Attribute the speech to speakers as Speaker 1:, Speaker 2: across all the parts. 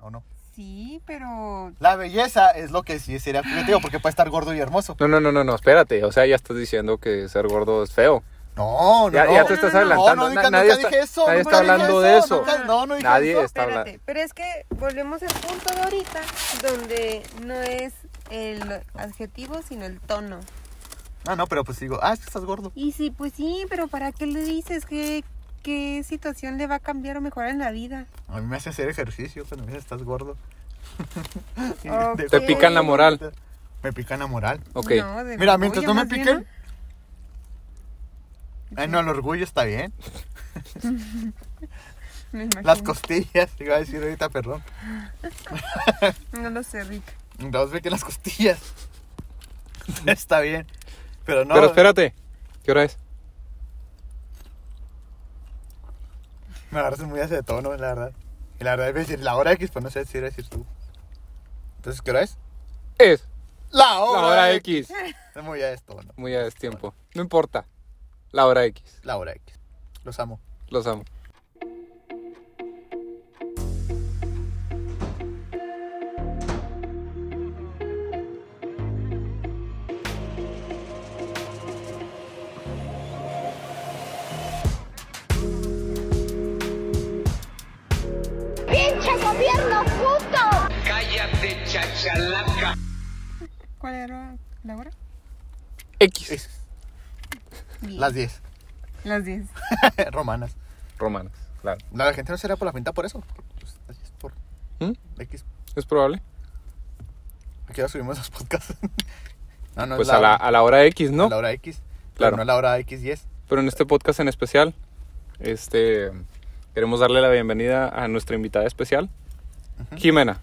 Speaker 1: ¿o no?
Speaker 2: Sí, pero
Speaker 1: La belleza es lo que sí sería feo, porque puede estar gordo y hermoso.
Speaker 3: No, no, no, no, no, espérate. O sea, ya estás diciendo que ser gordo es feo.
Speaker 1: No, no,
Speaker 3: Ya,
Speaker 1: no.
Speaker 3: ya te estás
Speaker 2: No, no, no,
Speaker 3: adelantando.
Speaker 1: no, nunca-
Speaker 3: Na-
Speaker 1: nunca
Speaker 3: nadie
Speaker 1: dije eso,
Speaker 3: nadie
Speaker 1: nunca
Speaker 3: está
Speaker 1: dije
Speaker 3: hablando de
Speaker 1: eso,
Speaker 3: eso.
Speaker 1: nunca- no, no dije
Speaker 3: nadie
Speaker 1: eso.
Speaker 3: está hablando.
Speaker 2: Espérate, pero es que volvemos al punto de ahorita, donde no es el adjetivo, sino el tono.
Speaker 1: Ah, no, pero pues digo, ah, es que estás gordo.
Speaker 2: Y sí, pues sí, pero ¿para qué le dices qué, qué situación le va a cambiar o mejorar en la vida?
Speaker 1: A mí me hace hacer ejercicio cuando me dices estás gordo.
Speaker 2: Ok.
Speaker 3: Te pican la moral.
Speaker 1: Me pican la moral.
Speaker 3: Ok.
Speaker 2: No, de
Speaker 1: Mira,
Speaker 2: orgullo
Speaker 1: mientras no me
Speaker 2: más bien,
Speaker 1: piquen. Ay, no, el orgullo está bien.
Speaker 2: ¿no? Me imagino.
Speaker 1: Las costillas, iba a decir ahorita, perdón.
Speaker 2: No lo sé, Rick.
Speaker 1: Entonces me pican las costillas. Está bien. Pero no.
Speaker 3: Pero espérate. ¿Qué hora es?
Speaker 1: Me agarras muy hacia de tono, la verdad. Y la verdad, iba a decir la hora X, pues no sé si iba a decir tú. Entonces, ¿qué hora es?
Speaker 3: Es
Speaker 1: La
Speaker 3: la
Speaker 1: hora,
Speaker 3: hora X.
Speaker 1: Es muy a destono.
Speaker 3: Muy a destiempo. No importa. La hora X.
Speaker 1: La hora X. Los amo.
Speaker 3: Los amo.
Speaker 4: ¡Pinche gobierno puto!
Speaker 5: Cállate, chachalaca.
Speaker 2: ¿Cuál era la hora?
Speaker 3: X.
Speaker 1: X.
Speaker 2: Bien.
Speaker 1: Las 10.
Speaker 2: Las 10.
Speaker 1: Romanas.
Speaker 3: Romanas. Claro.
Speaker 1: La gente no será por la pinta por eso. Pues, así es por
Speaker 3: ¿Mm?
Speaker 1: X.
Speaker 3: Es probable.
Speaker 1: Aquí ya subimos los podcasts. no, no
Speaker 3: Pues
Speaker 1: es la,
Speaker 3: a la, a la hora X,
Speaker 1: a
Speaker 3: ¿no?
Speaker 1: la hora X. Claro.
Speaker 3: Claro.
Speaker 1: No a la hora X10.
Speaker 3: Pero en este podcast en especial, este queremos darle la bienvenida a nuestra invitada especial,
Speaker 1: ¿Mm?
Speaker 3: Jimena.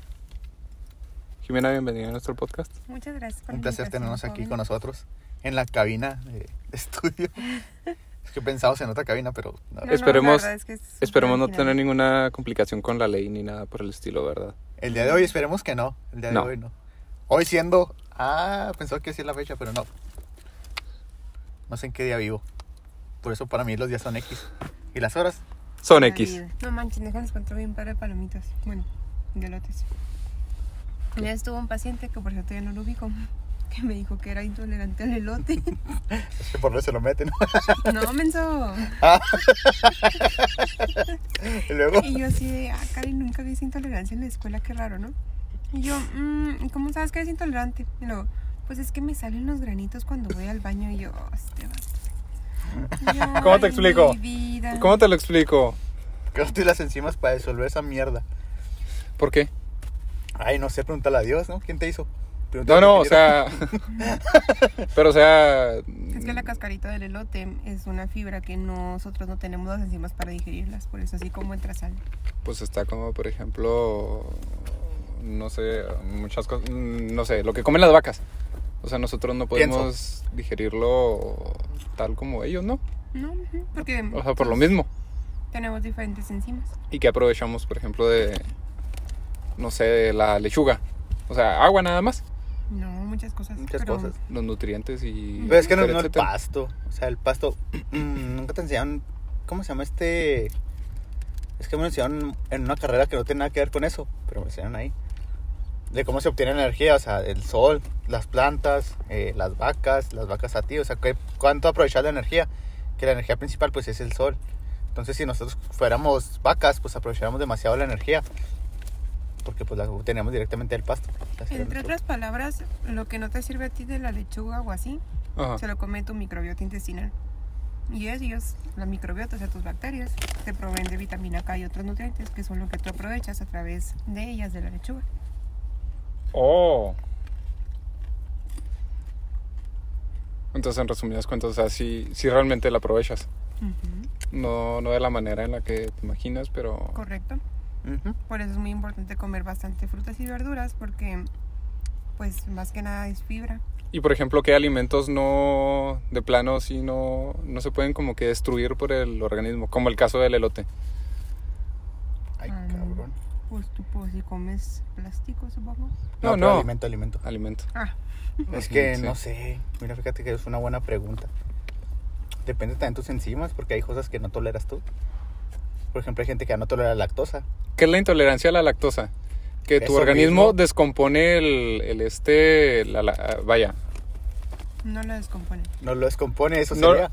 Speaker 3: Jimena, bienvenida a nuestro podcast.
Speaker 2: Muchas gracias por
Speaker 1: Un placer tenernos
Speaker 2: tenernos
Speaker 1: aquí con nosotros en la cabina de estudio. es que pensamos en otra cabina, pero no,
Speaker 2: No, no,
Speaker 3: Esperemos-
Speaker 2: la verdad es que es súper
Speaker 3: Esperemos no
Speaker 2: original.
Speaker 3: tener ninguna complicación con la ley ni nada por el estilo, ¿verdad?
Speaker 1: el día de hoy esperemos que no. El día de
Speaker 3: No.
Speaker 1: hoy no. Hoy siendo. Ah, pensaba que sí es la fecha, pero no. No sé en qué día vivo. Por eso para mí los días son X. ¿Y las horas?
Speaker 3: Son
Speaker 2: La
Speaker 3: X.
Speaker 2: vida. No manches, déjame encontrar bien padre de palomitas. Bueno, de lotes. Ya estuvo un paciente que por cierto ya no lo ubico, que me dijo que era intolerante al elote.
Speaker 1: Es que por eso se lo meten.
Speaker 2: no, menso.
Speaker 1: y luego.
Speaker 2: Y yo así de, ah, Cari, nunca vi esa intolerancia en la escuela, qué raro, ¿no? Y yo, "Mm, ¿y ¿cómo sabes que eres intolerante? Y luego, pues es que me salen los granitos cuando voy al baño y yo, "Oh, este vato". Y yo,
Speaker 3: ¿Cómo te
Speaker 2: "Ay,
Speaker 3: explico?
Speaker 2: mi vida".
Speaker 3: ¿Cómo te lo explico?
Speaker 1: ¿Qué hostia las enzimas para disolver esa mierda?
Speaker 3: ¿Por qué?
Speaker 1: Ay, no sé, pregúntale a Dios, ¿no? ¿Quién te hizo? Pregúntale
Speaker 3: No,
Speaker 1: al
Speaker 3: no, o
Speaker 1: ingeniero.
Speaker 3: sea... pero, o sea...
Speaker 2: Es que la cascarita del elote es una fibra que nosotros no tenemos las enzimas para digerirlas, por eso así como entra sal.
Speaker 3: Pues está como, por ejemplo... No sé, muchas cosas... mm, No sé, lo que comen las vacas. O sea, nosotros no
Speaker 1: Pienso.
Speaker 3: podemos digerirlo tal como ellos, ¿no?
Speaker 2: No, ujú, porque
Speaker 3: O sea, por lo mismo.
Speaker 2: tenemos diferentes enzimas.
Speaker 3: y que aprovechamos, por ejemplo, de, no sé, de la lechuga. O sea, agua nada más,
Speaker 2: No, muchas cosas.
Speaker 1: Muchas
Speaker 2: pero
Speaker 1: cosas.
Speaker 3: los nutrientes y...
Speaker 1: Pero es que no,
Speaker 3: etcétera,
Speaker 1: no el
Speaker 3: etcétera.
Speaker 1: pasto. O sea, el pasto. mm, Nunca te enseñaron. ¿Cómo se llama este.? Es que me lo enseñaron en una carrera que no tiene nada que ver con eso. Pero me enseñaron ahí. De cómo se obtiene energía. O sea, el sol, las plantas, eh, las vacas, las vacas a ti. O sea, que- ¿cuánto aprovechar la energía? Que la energía principal, pues, es el sol. Entonces, si nosotros fuéramos vacas, pues aprovecháramos demasiado la energía. Porque, pues, la obtenemos directamente del pasto. Así era
Speaker 2: Entre
Speaker 1: nuestro-
Speaker 2: otras palabras, lo que no te sirve a ti de la lechuga o así,
Speaker 1: Ah.
Speaker 3: Ajá.
Speaker 2: se lo come tu microbiota intestinal. Y ellos, la microbiota, o sea, tus bacterias, te proveen de vitamina K y otros nutrientes que son lo que tú aprovechas a través de ellas, de la lechuga.
Speaker 3: Oh. Entonces, en resumidas cuentas, o sea, sí, sí realmente la aprovechas.
Speaker 2: Ujú,
Speaker 3: No, no de la manera en la que te imaginas, pero...
Speaker 2: Correcto.
Speaker 1: Ujú.
Speaker 2: Por eso es muy importante comer bastante frutas y verduras porque, pues, más que nada es fibra.
Speaker 3: Y, por ejemplo, ¿qué alimentos no, de plano, sí, no, no se pueden como que destruir por el organismo? Como el caso del elote.
Speaker 1: Ay,
Speaker 2: Ah, no.
Speaker 1: cabrón.
Speaker 2: Pues tú, pues, si comes plástico, supongo.
Speaker 1: No, no.
Speaker 3: No, no.
Speaker 1: Alimento, alimento.
Speaker 3: Alimento.
Speaker 2: Ah,
Speaker 1: Es que
Speaker 3: Sí.
Speaker 1: no sé. Mira, fíjate que es una buena pregunta. Depende también de tus enzimas, porque hay cosas que no toleras tú. Por ejemplo, hay gente que no tolera lactosa.
Speaker 3: ¿Qué es la intolerancia a la lactosa? que tu
Speaker 1: Eso
Speaker 3: organismo
Speaker 1: mismo.
Speaker 3: descompone el, el este, la- la- vaya,
Speaker 2: No lo descomponen.
Speaker 1: No lo descompone, eso
Speaker 3: No-
Speaker 1: sería.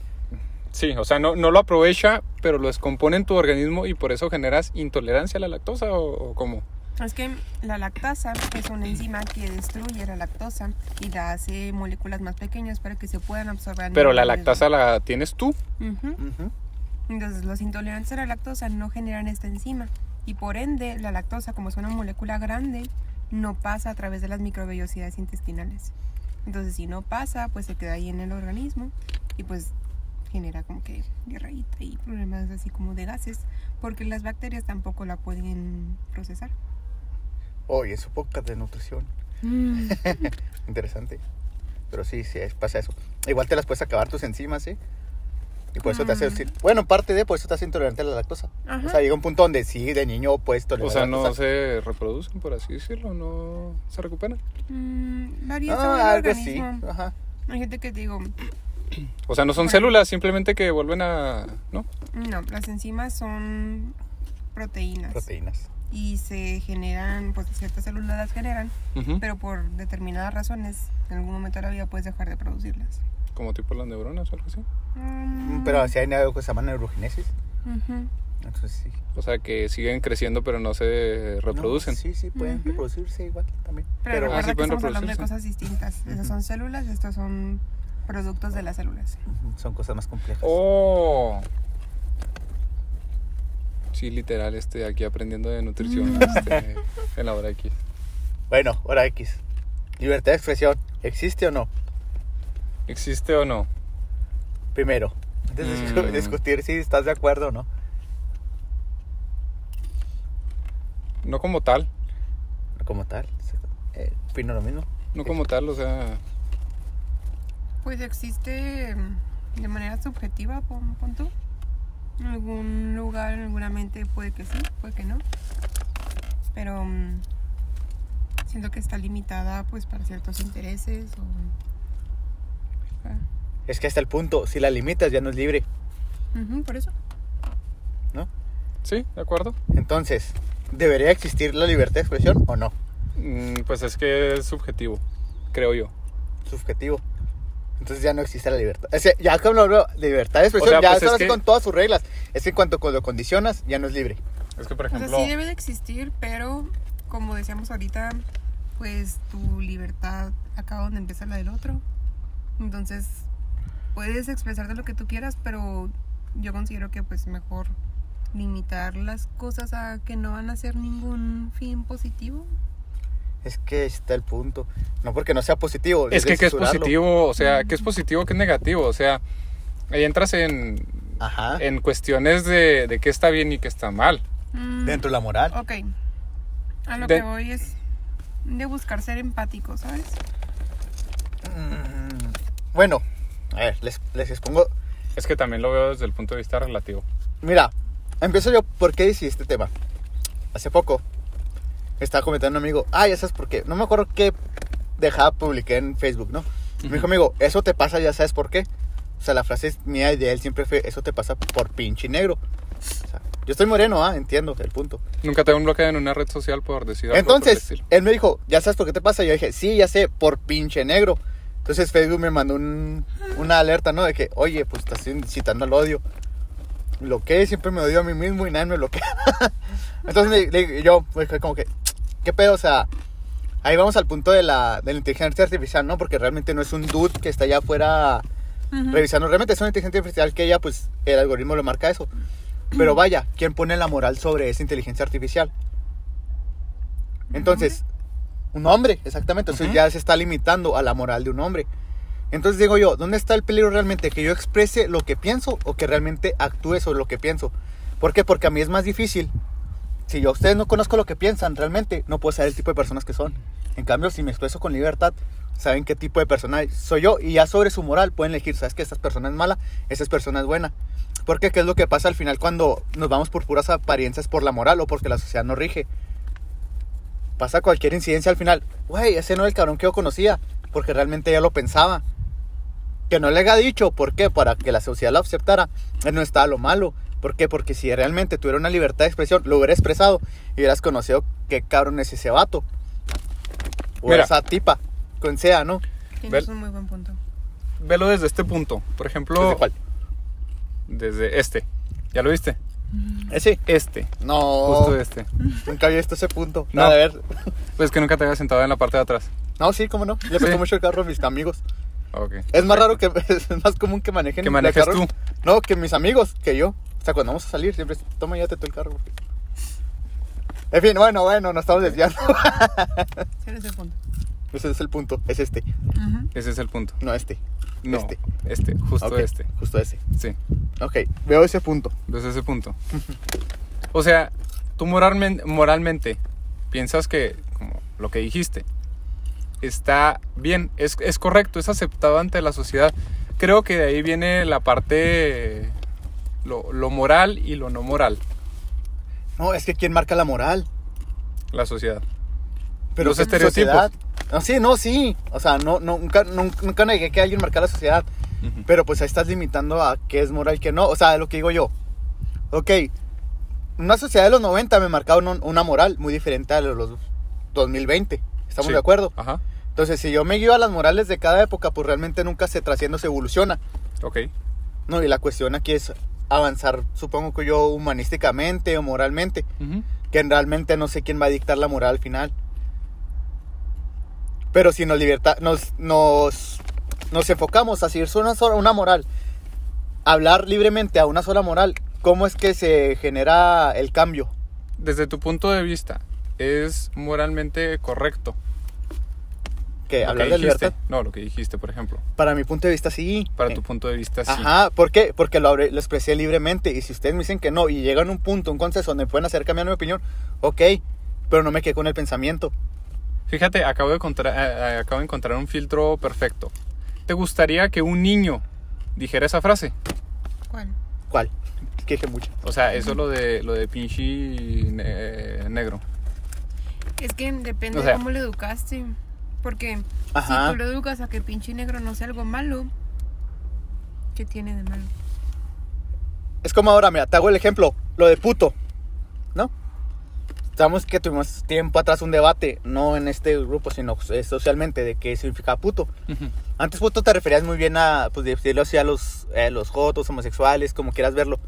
Speaker 3: sí, o sea, no, no lo aprovecha, pero lo descompone en tu organismo y por eso generas intolerancia a la lactosa o, o cómo.
Speaker 2: Es que la lactasa es una enzima que destruye la lactosa y la hace moléculas más pequeñas para que se puedan absorber.
Speaker 3: Pero la
Speaker 2: mejor.
Speaker 3: lactasa la tienes tú.
Speaker 2: Ujú.
Speaker 1: Ujú.
Speaker 2: Entonces, los intolerantes a la lactosa no generan esta enzima y por ende, la lactosa, como es una molécula grande, no pasa a través de las microvellosidades intestinales. Entonces, si no pasa, pues se queda ahí en el organismo y pues genera como que diarreíta y problemas así como de gases, porque las bacterias tampoco la pueden procesar.
Speaker 1: Oye, su podcast de nutrición. Interesante. Pero sí, sí, es- pasa eso. Igual te las puedes acabar tus enzimas, ¿sí? Y por eso te hace.
Speaker 2: Mm.
Speaker 1: Bueno, parte de por eso te hace intolerante a la lactosa.
Speaker 2: Ajá.
Speaker 1: O sea, llega un punto donde sí, de niño puedes tolerar.
Speaker 3: O sea,
Speaker 1: la
Speaker 3: no
Speaker 1: lactosa.
Speaker 3: se reproducen, por así decirlo, no se recuperan.
Speaker 2: Mm, varía
Speaker 1: Ah,
Speaker 2: según el
Speaker 1: algo así.
Speaker 2: organismo.
Speaker 1: Ajá.
Speaker 2: Hay gente que te digo,
Speaker 3: O sea, no son células, simplemente que vuelven a... ¿No?
Speaker 2: no, las enzimas son proteínas.
Speaker 1: Proteínas.
Speaker 2: y se generan, pues ciertas células las generan,
Speaker 3: Ujú.
Speaker 2: pero por determinadas razones, en algún momento de la vida puedes dejar de producirlas.
Speaker 3: Como tipo las neuronas o algo así.
Speaker 2: Mm,
Speaker 1: Pero así hay algo que se llama neurogenesis.
Speaker 2: ujú.
Speaker 1: Entonces sí.
Speaker 3: O sea, que siguen creciendo, pero no se
Speaker 1: No,
Speaker 3: reproducen.
Speaker 1: sí, sí, pueden
Speaker 2: Ujú.
Speaker 1: reproducirse igual también.
Speaker 2: Pero
Speaker 1: Pero,
Speaker 2: recuerda
Speaker 3: Ah, sí
Speaker 2: que
Speaker 3: pueden
Speaker 2: estamos hablando de
Speaker 3: reproducirse.
Speaker 2: cosas distintas. Esas son células, estos son productos de las células.
Speaker 1: ujú, son cosas más complejas.
Speaker 3: ¡Oh! Sí, literal, este, aquí aprendiendo de nutrición este, en la hora aquí.
Speaker 1: Bueno, hora X. Libertad de expresión, ¿existe o no?
Speaker 3: ¿Existe o no?
Speaker 1: Primero, antes de discu-
Speaker 3: Mm.
Speaker 1: discutir si estás de acuerdo o no.
Speaker 3: No como tal,
Speaker 1: No Como tal, sí, eh, opino lo mismo.
Speaker 3: no como tal, o sea,
Speaker 2: Pues existe mm, de manera subjetiva, pon, pon tú. En algún lugar, en alguna mente puede que sí, puede que no. Pero mm, siento que está limitada pues para ciertos intereses o... Ah,
Speaker 1: Es que hasta el punto, si la limitas ya no es libre,
Speaker 2: ujú, por eso.
Speaker 1: ¿no?
Speaker 3: sí, ¿de acuerdo?
Speaker 1: Entonces, ¿debería existir la libertad de expresión o no?
Speaker 3: Mm, pues es que es subjetivo, creo yo.
Speaker 1: Subjetivo. Entonces ya no existe la libertad. O sea, ya cuando hablo de libertad de expresión,
Speaker 3: sea,
Speaker 1: ya es
Speaker 3: pues es
Speaker 1: así
Speaker 3: que-
Speaker 1: con todas sus reglas. Es que en cuanto lo condicionas, ya no es libre.
Speaker 3: Es que, por
Speaker 2: O sea,
Speaker 3: ejemplo,
Speaker 2: sí debe de existir, pero como decíamos ahorita, pues tu libertad acaba donde empieza la del otro. Entonces, puedes expresarte lo que tú quieras, pero yo considero que pues mejor limitar las cosas a que no van a ser ningún fin positivo.
Speaker 1: Es que está el punto. No porque no sea positivo.
Speaker 3: es que,
Speaker 1: debes
Speaker 3: que es
Speaker 1: censurarlo.
Speaker 3: positivo, o sea, que es positivo, que es negativo, o sea, ahí entras en,
Speaker 1: Ajá.
Speaker 3: en cuestiones de, de qué está bien y qué está mal.
Speaker 2: Mm,
Speaker 1: Dentro de la moral.
Speaker 3: ah.
Speaker 2: Ok. A lo
Speaker 3: De-
Speaker 2: que voy es de buscar ser empático, ¿sabes?
Speaker 1: Mm, Bueno, a ver, les, les expongo.
Speaker 3: Es que también lo veo desde el punto de vista relativo.
Speaker 1: Mira, empiezo yo. ¿Por qué decidí este tema? Hace poco estaba comentando un amigo. Ay, esas por qué. No me acuerdo qué dejaba publiqué en Facebook, ¿no? Me dijo, amigo, eso te pasa, ya sabes por qué. O sea, la frase es mía y de él siempre fue: Eso te pasa por pinche negro. O sea, yo estoy moreno, ah, entiendo el punto.
Speaker 3: Nunca te un bloqueo en una red social por decir algo por el
Speaker 1: Entonces,
Speaker 3: estilo.
Speaker 1: él me dijo, ¿ya sabes por qué te pasa? Yo dije, sí, ya sé, por pinche negro. Entonces Facebook me mandó un- una alerta, ¿no? De que, oye, pues estás incitando al odio. Lo que siempre me odio a mí mismo y nadie me bloquea. Entonces le- le- yo pues, fue como que, ¿qué pedo? O sea, ahí vamos al punto de la, de la inteligencia artificial, ¿no? Porque realmente no es un dude que está allá afuera revisando. Realmente es una inteligencia artificial que ella, pues, el algoritmo lo marca eso. Pero vaya, ¿quién pone la moral sobre esa inteligencia artificial? Entonces, un hombre, exactamente. Entonces ya se está limitando a la moral de un hombre. Entonces digo yo, ¿dónde está el peligro realmente? ¿Que yo exprese lo que pienso o que realmente actúe sobre lo que pienso? ¿Por qué? Porque a mí es más difícil. Si yo a ustedes no conozco lo que piensan realmente, no puedo saber el tipo de personas que son. En cambio, si me expreso con libertad, saben qué tipo de persona soy yo y ya sobre su moral pueden elegir, sabes que esta persona es mala, esta persona es buena. Porque qué es lo que pasa al final cuando nos vamos por puras apariencias por la moral o porque la sociedad nos rige pasa cualquier incidencia al final, güey, ese no es el cabrón que yo conocía, porque realmente ya lo pensaba. Que Eh, no le haya dicho, ¿por qué? Para que la sociedad lo aceptara, él no estaba lo malo. ¿Por qué? Porque si realmente tuviera una libertad de expresión, lo hubiera expresado y hubieras conocido qué cabrón es ese vato. O
Speaker 3: Mira.
Speaker 1: esa tipa, con sea, ¿no?
Speaker 2: Tienes
Speaker 3: Vel-
Speaker 2: un muy buen punto.
Speaker 3: Velo desde este punto. Por ejemplo,
Speaker 1: ¿Desde cuál?
Speaker 3: Desde este. ¿Ya lo viste?
Speaker 1: Ese.
Speaker 3: Este.
Speaker 1: Eh, No.
Speaker 3: Justo este.
Speaker 1: Nunca había visto ese punto.
Speaker 3: No.
Speaker 1: Nada, a ver.
Speaker 3: Pues que nunca te habías sentado en la parte de atrás.
Speaker 1: No, sí, cómo no. Le prestó
Speaker 3: Sí.
Speaker 1: mucho el carro a mis amigos.
Speaker 3: Ok.
Speaker 1: Es más raro que. Es más común que manejen.
Speaker 3: Que
Speaker 1: el
Speaker 3: manejes
Speaker 1: carro.
Speaker 3: tú.
Speaker 1: No, que mis amigos, que yo. O sea, cuando vamos a salir, siempre. es, Toma, llévate tú el carro. güey". En fin, bueno, bueno, nos estamos desviando.
Speaker 2: Tienes el punto.
Speaker 1: Ese es el punto. Es este.
Speaker 2: Ujú.
Speaker 3: Ese es el punto.
Speaker 1: No, este.
Speaker 3: No.
Speaker 1: Este.
Speaker 3: Este. Justo
Speaker 1: Ok,
Speaker 3: este.
Speaker 1: Justo ese.
Speaker 3: Sí.
Speaker 1: Ok, veo ese punto.
Speaker 3: Desde ese punto. O sea, tú moralmen- moralmente piensas que, como lo que dijiste, está bien, es, es correcto, es aceptado ante la sociedad. Creo que de ahí viene la parte, eh, lo, lo moral y lo no moral,
Speaker 1: No, es que quién marca la moral.
Speaker 3: la sociedad.
Speaker 1: Pero
Speaker 3: Los
Speaker 1: ¿qué
Speaker 3: estereotipos.
Speaker 1: sociedad? No, sí, no, sí. O sea, no, no, nunca, nun- nunca negué que alguien marcara la sociedad. Pero pues ahí estás limitando a qué es moral y qué no. O sea, lo que digo yo. Ok, una sociedad de los 90 me marcaba un- una moral muy diferente a los 2020. ¿Estamos
Speaker 3: Sí.
Speaker 1: de acuerdo?
Speaker 3: Ajá,
Speaker 1: Entonces, si yo me guío a las morales de cada época, pues realmente nunca se trasciende o se evoluciona.
Speaker 3: ok.
Speaker 1: No, y la cuestión aquí es avanzar, supongo que yo, humanísticamente o moralmente.
Speaker 3: Ujú.
Speaker 1: que realmente no sé quién va a dictar la moral al final. Pero si nos liberta, nos, nos, nos enfocamos a seguir una sola una moral, hablar libremente a una sola moral, ¿cómo es que se genera el cambio?
Speaker 3: Desde tu punto de vista, ¿es moralmente correcto?
Speaker 1: Que
Speaker 3: lo que
Speaker 1: Eh, hablar de
Speaker 3: dijiste?
Speaker 1: libertad.
Speaker 3: No, lo que dijiste, por ejemplo.
Speaker 1: Para mi punto de vista, sí.
Speaker 3: Para
Speaker 1: Eh,
Speaker 3: tu punto de vista, sí.
Speaker 1: Ajá, ¿por qué? Porque lo, habré- lo expresé libremente y si ustedes me dicen que no y llegan a un punto, un consenso donde me pueden hacer cambiar mi opinión, ok, pero no me quedé con el pensamiento.
Speaker 3: Fíjate, acabo de, encontrar, eh, eh, acabo de encontrar un filtro perfecto. ¿Te gustaría que un niño dijera esa frase?
Speaker 2: ¿Cuál?
Speaker 1: ¿Cuál? Que dije mucho.
Speaker 3: O sea, eso es lo de, lo de pinche ne- eh, negro.
Speaker 2: Es que depende
Speaker 3: O sea-
Speaker 2: de cómo lo educaste. Porque
Speaker 1: Ajá.
Speaker 2: si tú lo educas a que pinche negro no sea algo malo, ¿qué tiene de malo?
Speaker 1: Es como ahora, mira, te hago el ejemplo, lo de puto, ¿no? Sabemos que tuvimos tiempo atrás un debate, no en este grupo, sino eh, socialmente, de qué significa puto. Antes puto te referías muy bien a, pues, decirlo así a los, eh, los jotos, homosexuales, como quieras verlo.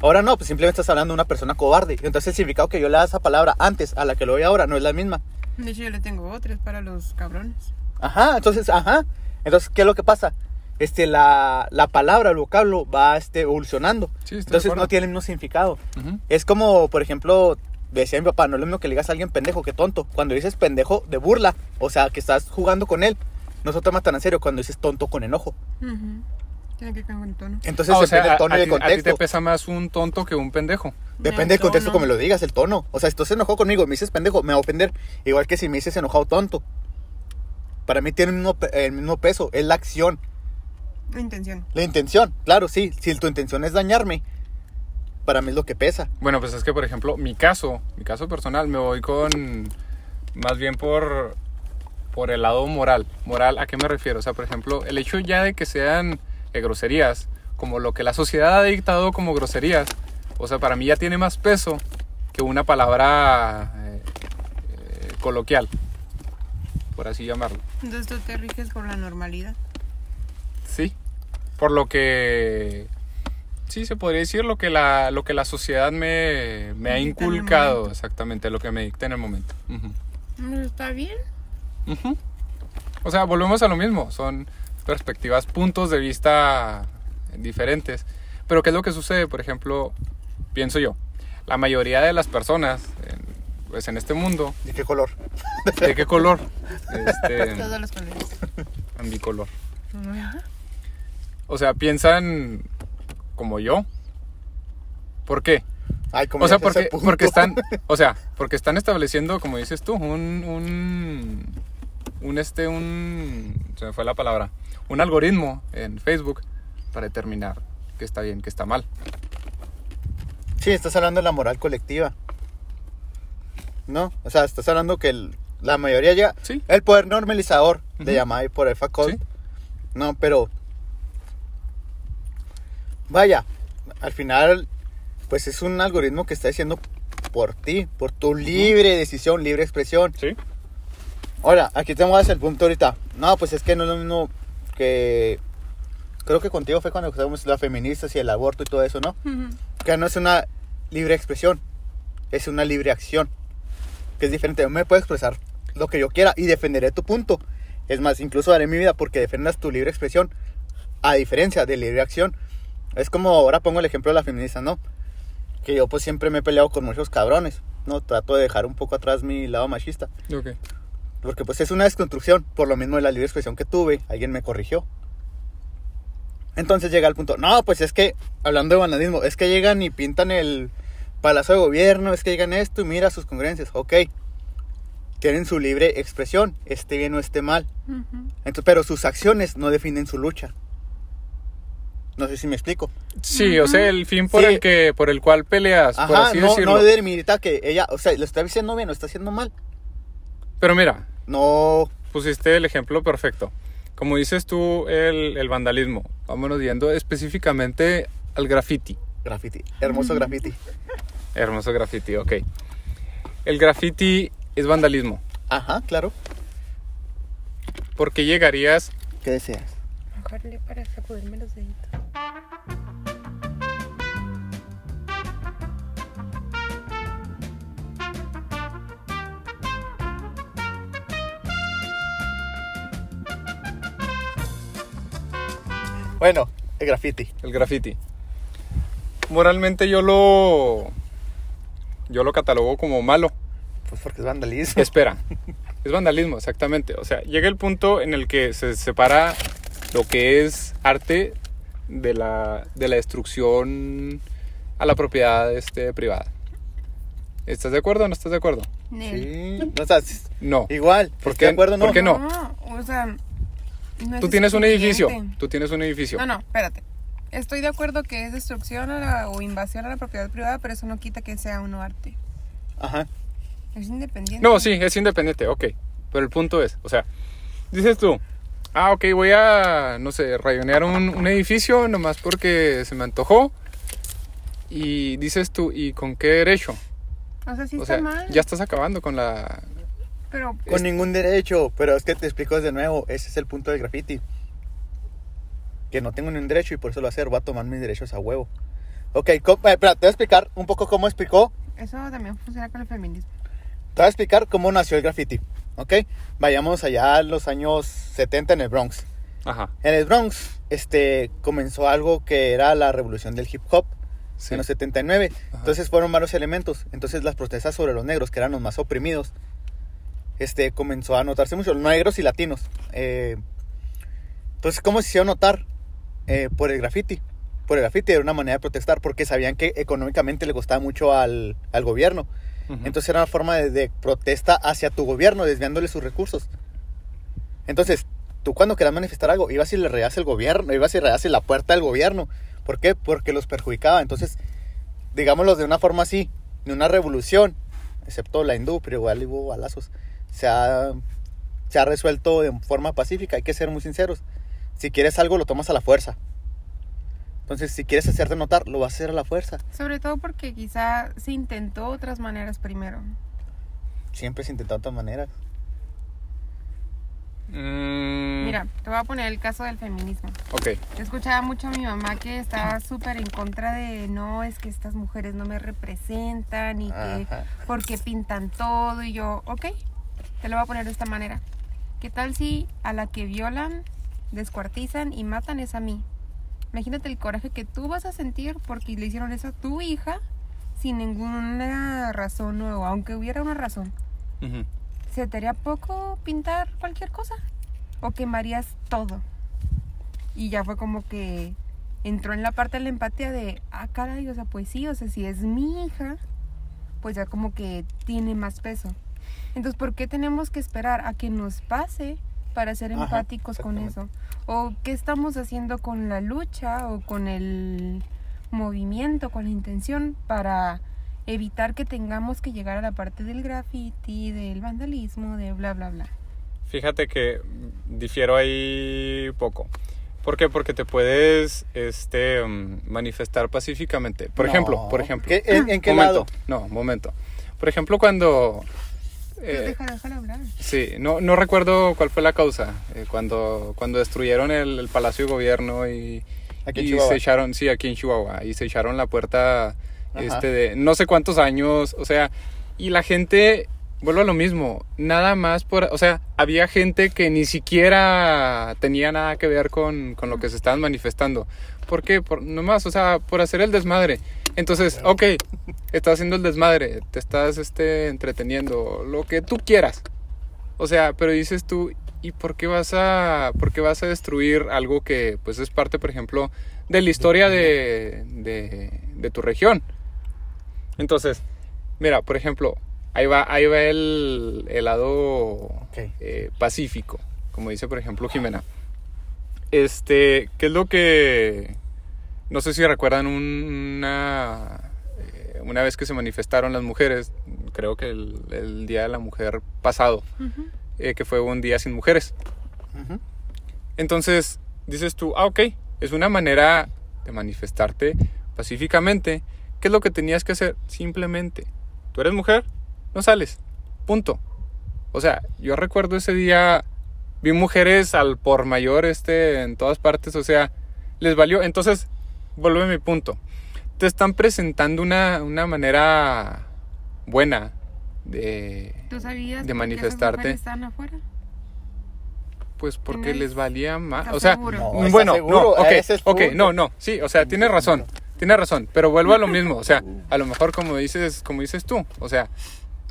Speaker 1: Ahora no, pues simplemente estás hablando de una persona cobarde. Entonces el significado que yo le da a esa palabra antes a la que le doy ahora no es la misma.
Speaker 2: De hecho, yo le tengo otras para los cabrones.
Speaker 1: Ajá, entonces, ajá. Entonces, ¿qué es lo que pasa? Este, la, la palabra, el vocablo va este, evolucionando.
Speaker 3: Sí, estoy de
Speaker 1: entonces
Speaker 3: acuerdo.
Speaker 1: no tiene el mismo significado.
Speaker 3: Ujú.
Speaker 1: Es como, por ejemplo, decía mi papá, no es lo mismo que le digas a alguien pendejo que tonto. Cuando dices pendejo, de burla. O sea, que estás jugando con él. No se toma tan en serio cuando dices tonto con enojo.
Speaker 2: Ujú. Tiene que ver con el tono.
Speaker 1: Entonces
Speaker 3: Ah, o
Speaker 1: depende
Speaker 3: sea,
Speaker 1: del
Speaker 3: a,
Speaker 1: tono
Speaker 3: a
Speaker 1: y del
Speaker 3: ti, a ti te
Speaker 1: contexto.
Speaker 3: pesa más un tonto que un pendejo.
Speaker 1: Depende del
Speaker 2: No, el
Speaker 1: contexto
Speaker 2: tono.
Speaker 1: como lo digas, el tono. O sea, si tú se enojó conmigo y me dices pendejo, me va a ofender. Igual que si me dices enojado tonto. Para mí tiene el mismo, pe- el mismo peso. Es la acción,
Speaker 2: La intención.
Speaker 1: la intención. Claro, sí. Si tu intención es dañarme, para mí es lo que pesa.
Speaker 3: Bueno, pues es que, por ejemplo, mi caso, mi caso personal, me voy con más bien por, por el lado moral. Moral, ¿a qué me refiero? O sea, por ejemplo, el hecho ya de que sean eh, groserías, como lo que la sociedad ha dictado como groserías, o sea, para mí ya tiene más peso que una palabra eh, eh, coloquial, por así llamarlo.
Speaker 2: Entonces tú te riges por la normalidad.
Speaker 3: Sí. Por lo que. Sí, se podría decir lo que la, lo que la sociedad me, me ha
Speaker 2: Dicta en el
Speaker 3: inculcado,
Speaker 2: momento.
Speaker 3: exactamente, lo que me dicta en el momento. Ujú.
Speaker 2: Mm, ¿Está bien?
Speaker 3: Ujú. O sea, volvemos a lo mismo. Son perspectivas, puntos de vista diferentes. Pero ¿qué es lo que sucede? Por ejemplo, pienso yo, la mayoría de las personas en, pues, en este mundo,
Speaker 1: ¿De qué color?
Speaker 3: ¿de qué color? Este,
Speaker 2: Todos los colores.
Speaker 3: ambicolor.
Speaker 2: Ajá.
Speaker 3: O sea, piensan como yo. ¿Por qué?
Speaker 1: Ay, como
Speaker 3: O sea,
Speaker 1: ya sé ese
Speaker 3: porque, porque
Speaker 1: punto.
Speaker 3: están, o sea, porque están estableciendo, como dices tú, un, un, un este, un, se me fue la palabra, un algoritmo en Facebook para determinar qué está bien, qué está mal.
Speaker 1: Sí, estás hablando de la moral colectiva. ¿No? O sea, estás hablando que el- la mayoría ya.
Speaker 3: Sí.
Speaker 1: El poder normalizador, le
Speaker 3: Ujú.
Speaker 1: llamáis por el FACOL.
Speaker 3: Sí.
Speaker 1: No, pero. Vaya, al final pues es un algoritmo que está diciendo por ti, por tu libre decisión, libre expresión.
Speaker 3: Sí.
Speaker 1: Ahora, aquí te mueves el punto ahorita. No, pues es que no es lo mismo que... Creo que contigo fue cuando estábamos las feministas y el aborto y todo eso, ¿no?
Speaker 2: Ujú.
Speaker 1: Que no es una libre expresión, es una libre acción. Que es diferente, yo me puedo expresar lo que yo quiera y defenderé tu punto. Es más, incluso daré mi vida porque defendas tu libre expresión, a diferencia de libre acción. Es como ahora pongo el ejemplo de la feminista, ¿no? Que yo pues siempre me he peleado con muchos cabrones, ¿no? Trato de dejar un poco atrás mi lado machista.
Speaker 3: Ok.
Speaker 1: Porque pues es una desconstrucción, por lo mismo de la libre expresión que tuve, alguien me corrigió. Entonces llega el punto, no, pues es que, hablando de banalismo, es que llegan y pintan el palacio de gobierno, es que llegan esto y mira sus congruencias, ok. Tienen su libre expresión, esté bien o esté mal.
Speaker 2: Ujú.
Speaker 1: Entonces, pero sus acciones no definen su lucha. No sé si me explico.
Speaker 3: Sí, o sea, el fin por
Speaker 1: Sí.
Speaker 3: el que, por el cual peleas, Pues, por
Speaker 1: Ajá,
Speaker 3: así
Speaker 1: no,
Speaker 3: decirlo.
Speaker 1: no delimita que ella, o sea, lo está diciendo bien, lo está haciendo mal.
Speaker 3: Pero mira,
Speaker 1: No,
Speaker 3: pusiste el ejemplo perfecto. Como dices tú, el, el vandalismo. Vámonos yendo específicamente al graffiti.
Speaker 1: graffiti, hermoso graffiti.
Speaker 3: Hermoso graffiti, ok. El graffiti es vandalismo.
Speaker 1: Ajá, claro.
Speaker 3: Porque llegarías
Speaker 1: ¿Qué deseas?
Speaker 2: Mejor le para sacudirme los deditos.
Speaker 1: Bueno, el graffiti.
Speaker 3: el graffiti. Moralmente yo lo. Yo lo catalogo como malo.
Speaker 1: Pues porque es vandalismo.
Speaker 3: Espera. Es vandalismo, exactamente. O sea, llega el punto en el que se separa lo que es arte de la, de la destrucción a la propiedad este, privada. ¿Estás de acuerdo o no estás de acuerdo?
Speaker 2: Nel.
Speaker 1: Sí. O sea, s-
Speaker 3: No.
Speaker 1: igual.
Speaker 3: ¿Por
Speaker 1: ¿Por
Speaker 3: qué-
Speaker 1: qué? ¿De acuerdo o no?
Speaker 3: por qué no?
Speaker 2: o sea. no es
Speaker 3: Tú tienes un edificio.
Speaker 2: suficiente.
Speaker 3: Tú tienes un edificio.
Speaker 2: No, no, espérate. Estoy de acuerdo que es destrucción a la- o invasión a la propiedad privada, pero eso no quita que sea uno arte.
Speaker 1: Ajá.
Speaker 2: Es independiente.
Speaker 3: No, sí, es independiente, ok. Pero el punto es, o sea, dices tú, ah, ok, voy a, no sé, rayonear un, un edificio nomás porque se me antojó. Y dices tú, ¿y con qué derecho?
Speaker 2: O sea, sí
Speaker 3: o
Speaker 2: está
Speaker 3: sea,
Speaker 2: mal.
Speaker 3: ya estás acabando con la...
Speaker 2: Pero pues,
Speaker 1: Con ningún derecho. Pero es que te explico de nuevo. Ese es el punto del graffiti. Que no tengo ningún derecho y por eso lo voy a hacer. Voy a tomar mis derechos a huevo. Ok, co- eh, espera, te voy a explicar un poco cómo explicó.
Speaker 3: e-
Speaker 2: eso también funciona con el feminismo.
Speaker 1: Te voy a explicar cómo nació el graffiti. Ok, vayamos allá a los años 70 en el Bronx.
Speaker 3: Ajá,
Speaker 1: En el Bronx, este, comenzó algo que era la revolución del hip hop.
Speaker 3: sí.
Speaker 1: en los 79.
Speaker 3: Ajá.
Speaker 1: Entonces fueron varios elementos. Entonces las protestas sobre los negros, que eran los más oprimidos, este, comenzó a notarse mucho, negros y latinos. Eh, entonces, ¿cómo se hicieron notar? Eh, por el graffiti. Por el graffiti era una manera de protestar porque sabían que económicamente le costaba mucho al, al gobierno.
Speaker 3: Ujú.
Speaker 1: Entonces era una forma de, de protesta hacia tu gobierno, desviándole sus recursos. Entonces, tú cuando querías manifestar algo, ibas y le reías el gobierno, ibas y reías la puerta del gobierno. ¿Por qué? Porque los perjudicaba. Entonces, digámoslo de una forma así, de una revolución, excepto la hindú, pero igual hubo balazos, se ha, se ha resuelto de forma pacífica. Hay que ser muy sinceros. Si quieres algo, lo tomas a la fuerza. Entonces, si quieres hacerte notar, lo vas a hacer a la fuerza.
Speaker 2: Sobre todo porque quizá se intentó otras maneras primero.
Speaker 1: Siempre se intentó de otras maneras.
Speaker 3: Mm,
Speaker 2: Mira, te voy a poner el caso del feminismo.
Speaker 3: Ok,
Speaker 2: Yo escuchaba mucho a mi mamá que estaba súper en contra de no, es que estas mujeres no me representan y que
Speaker 1: Ajá.
Speaker 2: porque pintan todo y yo, ok, te lo voy a poner de esta manera. ¿Qué tal si a la que violan, descuartizan y matan es a mí? Imagínate el coraje que tú vas a sentir porque le hicieron eso a tu hija sin ninguna razón o aunque hubiera una razón.
Speaker 3: ujú,
Speaker 2: ¿Se te haría poco pintar cualquier cosa? ¿O quemarías todo? Y ya fue como que entró en la parte de la empatía de, ah, caray, o sea, pues sí, o sea, si es mi hija, pues ya como que tiene más peso. Entonces, ¿por qué tenemos que esperar a que nos pase para ser
Speaker 1: Ajá,
Speaker 2: empáticos con eso? ¿O qué estamos haciendo con la lucha o con el movimiento, con la intención para evitar que tengamos que llegar a la parte del graffiti, del vandalismo, de bla, bla, bla.
Speaker 3: fíjate que mm, difiero ahí poco. ¿Por qué? Porque te puedes este, mm, manifestar pacíficamente. Por ejemplo,
Speaker 1: No.
Speaker 3: por ejemplo.
Speaker 1: ¿Qué- en, en qué lado?
Speaker 3: momento, No, momento. Por ejemplo, cuando...
Speaker 2: Pues
Speaker 3: eh,
Speaker 2: déjalo, déjalo hablar.
Speaker 3: sí, no, no recuerdo cuál fue la causa. eh, cuando, cuando destruyeron el, el Palacio de Gobierno y,
Speaker 1: Aquí en
Speaker 3: y
Speaker 1: Chihuahua.
Speaker 3: se echaron, sí, aquí en Chihuahua, y se echaron la puerta
Speaker 1: Ajá.
Speaker 3: este, de no sé cuántos años, o sea, y la gente, vuelvo a lo mismo, nada más por, o sea, había gente que ni siquiera tenía nada que ver con, con lo que se estaban manifestando. ¿Por qué? Por, nomás, o sea, por hacer el desmadre. Entonces, ok, estás haciendo el desmadre, te estás este, entreteniendo, lo que tú quieras. O sea, pero dices tú, ¿y por qué vas a, por qué vas a destruir algo que pues es parte, por ejemplo, de la historia de, de, de tu región? Entonces, mira, por ejemplo, ahí va, ahí va el, el lado eh, pacífico, como dice, por ejemplo, Jimena. Este, ¿qué es lo que... No sé si recuerdan una, eh, una vez que se manifestaron las mujeres, creo que el, el Día de la Mujer pasado
Speaker 2: Ujú.
Speaker 3: eh, que fue un día sin mujeres.
Speaker 1: Ujú.
Speaker 3: Entonces dices tú, ah, ok, es una manera de manifestarte pacíficamente. ¿Qué es lo que tenías que hacer? Simplemente, tú eres mujer, no sales. Punto. O sea, yo recuerdo ese día, vi mujeres al por mayor este, en todas partes, o sea, les valió. Entonces, vuelve mi punto. Te están presentando una, una manera buena de...
Speaker 2: ¿Tú sabías por
Speaker 3: De
Speaker 2: qué esas
Speaker 3: manifestarte.
Speaker 2: mujeres estaban afuera?
Speaker 3: Pues porque
Speaker 2: Tienes-
Speaker 3: les valía más.
Speaker 2: ¿Estás
Speaker 3: O sea,
Speaker 2: seguro?
Speaker 1: No, está
Speaker 3: bueno,
Speaker 1: seguro, Ah,
Speaker 3: no, ok,
Speaker 1: ese es
Speaker 3: ok,
Speaker 1: punto.
Speaker 3: no, no, sí, o sea, tienes razón, tienes razón, pero vuelvo a lo mismo, o sea, a lo mejor como dices, como dices tú, o sea,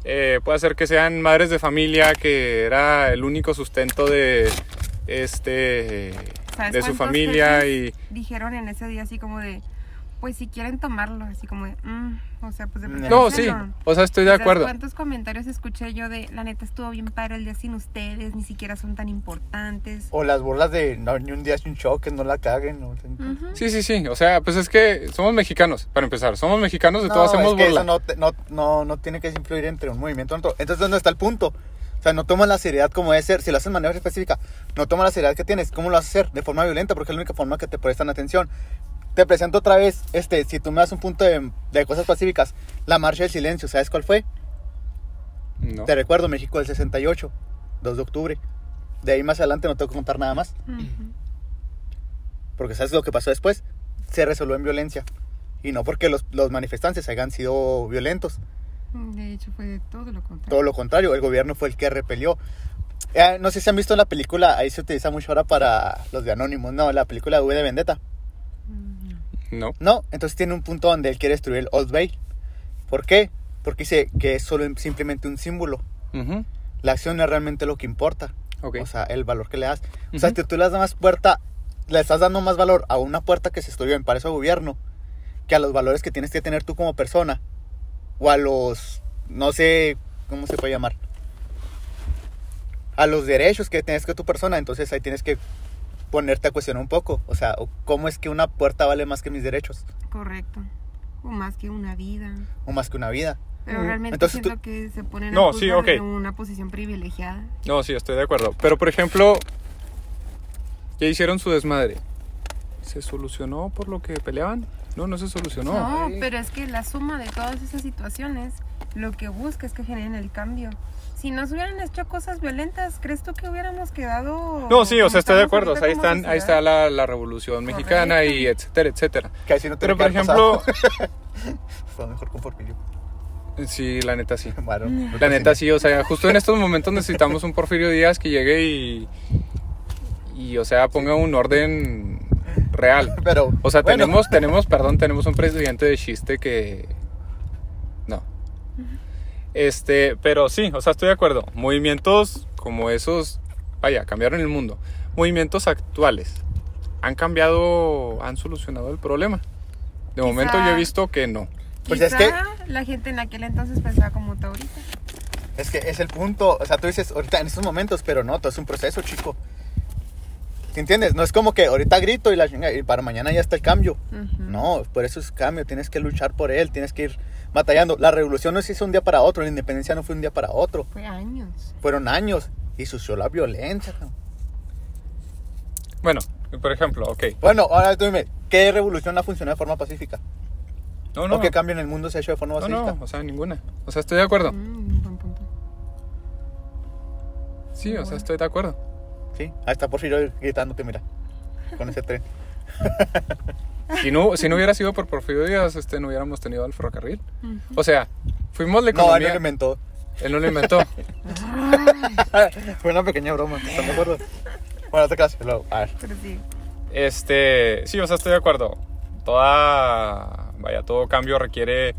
Speaker 3: eh, puede ser que sean madres de familia que era el único sustento de este
Speaker 2: ¿Sabes
Speaker 3: de su
Speaker 2: cuántos
Speaker 3: familia y
Speaker 2: jefes dijeron en ese día así como de pues si quieren tomarlo así como de "Mm", o sea pues de
Speaker 1: No,
Speaker 3: no,
Speaker 2: preferencia
Speaker 3: sí, o sea, estoy de
Speaker 2: O sea,
Speaker 3: acuerdo.
Speaker 2: ¿Cuántos comentarios escuché yo de la neta estuvo bien padre el día sin ustedes, ni siquiera son tan importantes?
Speaker 1: O las burlas de no, ni un día sin choques, no la caguen. no-
Speaker 2: Ujú.
Speaker 3: Sí, sí, sí, o sea, pues es que somos mexicanos, para empezar, somos mexicanos, de
Speaker 1: No,
Speaker 3: todos hacemos
Speaker 1: es que
Speaker 3: burla.
Speaker 1: eso no, te- no, no, no tiene que influir entre un movimiento y otro. Entonces, ¿dónde está el punto? O sea, no tomas la seriedad como debe ser. Si lo haces de manera específica, no tomas la seriedad que tienes. ¿Cómo lo vas a hacer? De forma violenta, porque es la única forma que te prestan atención. Te presento otra vez, este, si tú me das un punto de, de cosas pacíficas, la marcha del silencio, ¿sabes cuál fue?
Speaker 3: No.
Speaker 1: Te recuerdo, México del 68, 2 de octubre. De ahí más adelante no tengo que contar nada más,
Speaker 2: Ujú.
Speaker 1: porque ¿sabes lo que pasó después? Se resolvió en violencia. Y no porque los, los manifestantes hayan sido violentos.
Speaker 2: De hecho fue de todo lo contrario.
Speaker 1: Todo lo contrario, el gobierno fue el que repelió. Eh, no sé si han visto la película, ahí se utiliza mucho ahora para los de Anónimos, no, la película de V de Vendetta.
Speaker 2: Mm,
Speaker 3: No.
Speaker 1: No, entonces tiene un punto donde él quiere destruir el Old Bay. ¿Por qué? Porque dice que es solo simplemente un símbolo.
Speaker 3: Ujú,
Speaker 1: La acción es realmente lo que importa.
Speaker 3: ok.
Speaker 1: O sea, el valor que le das. O sea,
Speaker 3: Ujú.
Speaker 1: si tú le das más puerta, le estás dando más valor a una puerta que se estudió en para ese gobierno que a los valores que tienes que tener tú como persona. O a los, no sé, ¿cómo se puede llamar? A los derechos que tienes que tu persona. Entonces ahí tienes que ponerte a cuestionar un poco. O sea, o ¿cómo es que una puerta vale más que mis derechos?
Speaker 2: Correcto. O más que una vida.
Speaker 1: O más que una vida.
Speaker 2: Pero
Speaker 3: Mm.
Speaker 2: realmente
Speaker 1: Entonces,
Speaker 2: siento
Speaker 1: tú-
Speaker 2: que se ponen
Speaker 3: No,
Speaker 2: a
Speaker 3: sí,
Speaker 2: juzgar
Speaker 3: ok.
Speaker 2: desde una posición privilegiada.
Speaker 3: No, sí, estoy de acuerdo. Pero por ejemplo, ya hicieron su desmadre. ¿Se solucionó por lo que peleaban? No, no se solucionó.
Speaker 2: No,
Speaker 1: Sí.
Speaker 2: pero es que la suma de todas esas situaciones lo que busca es que generen el cambio. Si nos hubieran hecho cosas violentas, ¿crees tú que hubiéramos quedado?
Speaker 3: No, sí, o
Speaker 2: como
Speaker 3: sea, estoy
Speaker 2: estamos
Speaker 3: de acuerdo. O sea, ahí
Speaker 2: ahorita como
Speaker 3: están, ahí
Speaker 2: sociedad?
Speaker 3: está la, la revolución mexicana y etcétera, etcétera.
Speaker 1: Que así no te
Speaker 3: Pero por
Speaker 1: hubiera
Speaker 3: ejemplo,
Speaker 1: pasado. Fue mejor conforme yo.
Speaker 3: sí, la neta sí.
Speaker 1: Bueno, no
Speaker 3: Mm. La
Speaker 1: te
Speaker 3: neta
Speaker 1: sé.
Speaker 3: sí, o sea, justo en estos momentos necesitamos un Porfirio Díaz que llegue y y o sea, ponga un orden real.
Speaker 1: Pero,
Speaker 3: O sea,
Speaker 1: bueno,
Speaker 3: tenemos, tenemos, perdón, tenemos un presidente de chiste que. No. Este, pero sí, o sea, estoy de acuerdo. Movimientos como esos, vaya, cambiaron el mundo. Movimientos actuales han cambiado, han solucionado el problema. De momento yo he visto que no.
Speaker 1: Pues
Speaker 2: Quizá
Speaker 1: es que-
Speaker 2: la gente en aquel entonces pensaba como tú ahorita.
Speaker 1: Es que es el punto, o sea, tú dices ahorita en estos momentos, pero no, todo es un proceso, chico. ¿Sí entiendes? No es como que ahorita grito y, la chinga- y para mañana ya está el cambio.
Speaker 2: Ujú.
Speaker 1: No, por eso es cambio, tienes que luchar por él, tienes que ir batallando. La revolución no se hizo un día para otro, la independencia no fue un día para otro,
Speaker 2: Fue años.
Speaker 1: fueron años y sució la violencia. cabrón.
Speaker 3: Bueno, Por ejemplo, ok.
Speaker 1: Bueno, ahora tú dime, ¿qué revolución ha funcionado de forma pacífica?
Speaker 3: No, no.
Speaker 1: ¿O qué cambio en el mundo se ha hecho de forma
Speaker 3: no,
Speaker 1: pacífica?
Speaker 3: no, o sea, ninguna. O sea, estoy de acuerdo.
Speaker 2: Mm, buen punto.
Speaker 3: Sí, o sea, estoy de acuerdo.
Speaker 1: Sí, ahí está Porfirio gritándote, mira, con ese tren.
Speaker 3: Si no, si no hubiera sido por Porfirio Díaz, este, no hubiéramos tenido el ferrocarril. O sea, fuimos la
Speaker 1: No, él no
Speaker 3: economía...
Speaker 1: lo inventó.
Speaker 3: él no lo inventó.
Speaker 1: Fue una pequeña broma, ¿están de acuerdo? Bueno, te quedas, luego, a ver.
Speaker 2: Pero sí.
Speaker 3: Este, sí, o sea, estoy de acuerdo. Toda, vaya, todo cambio requiere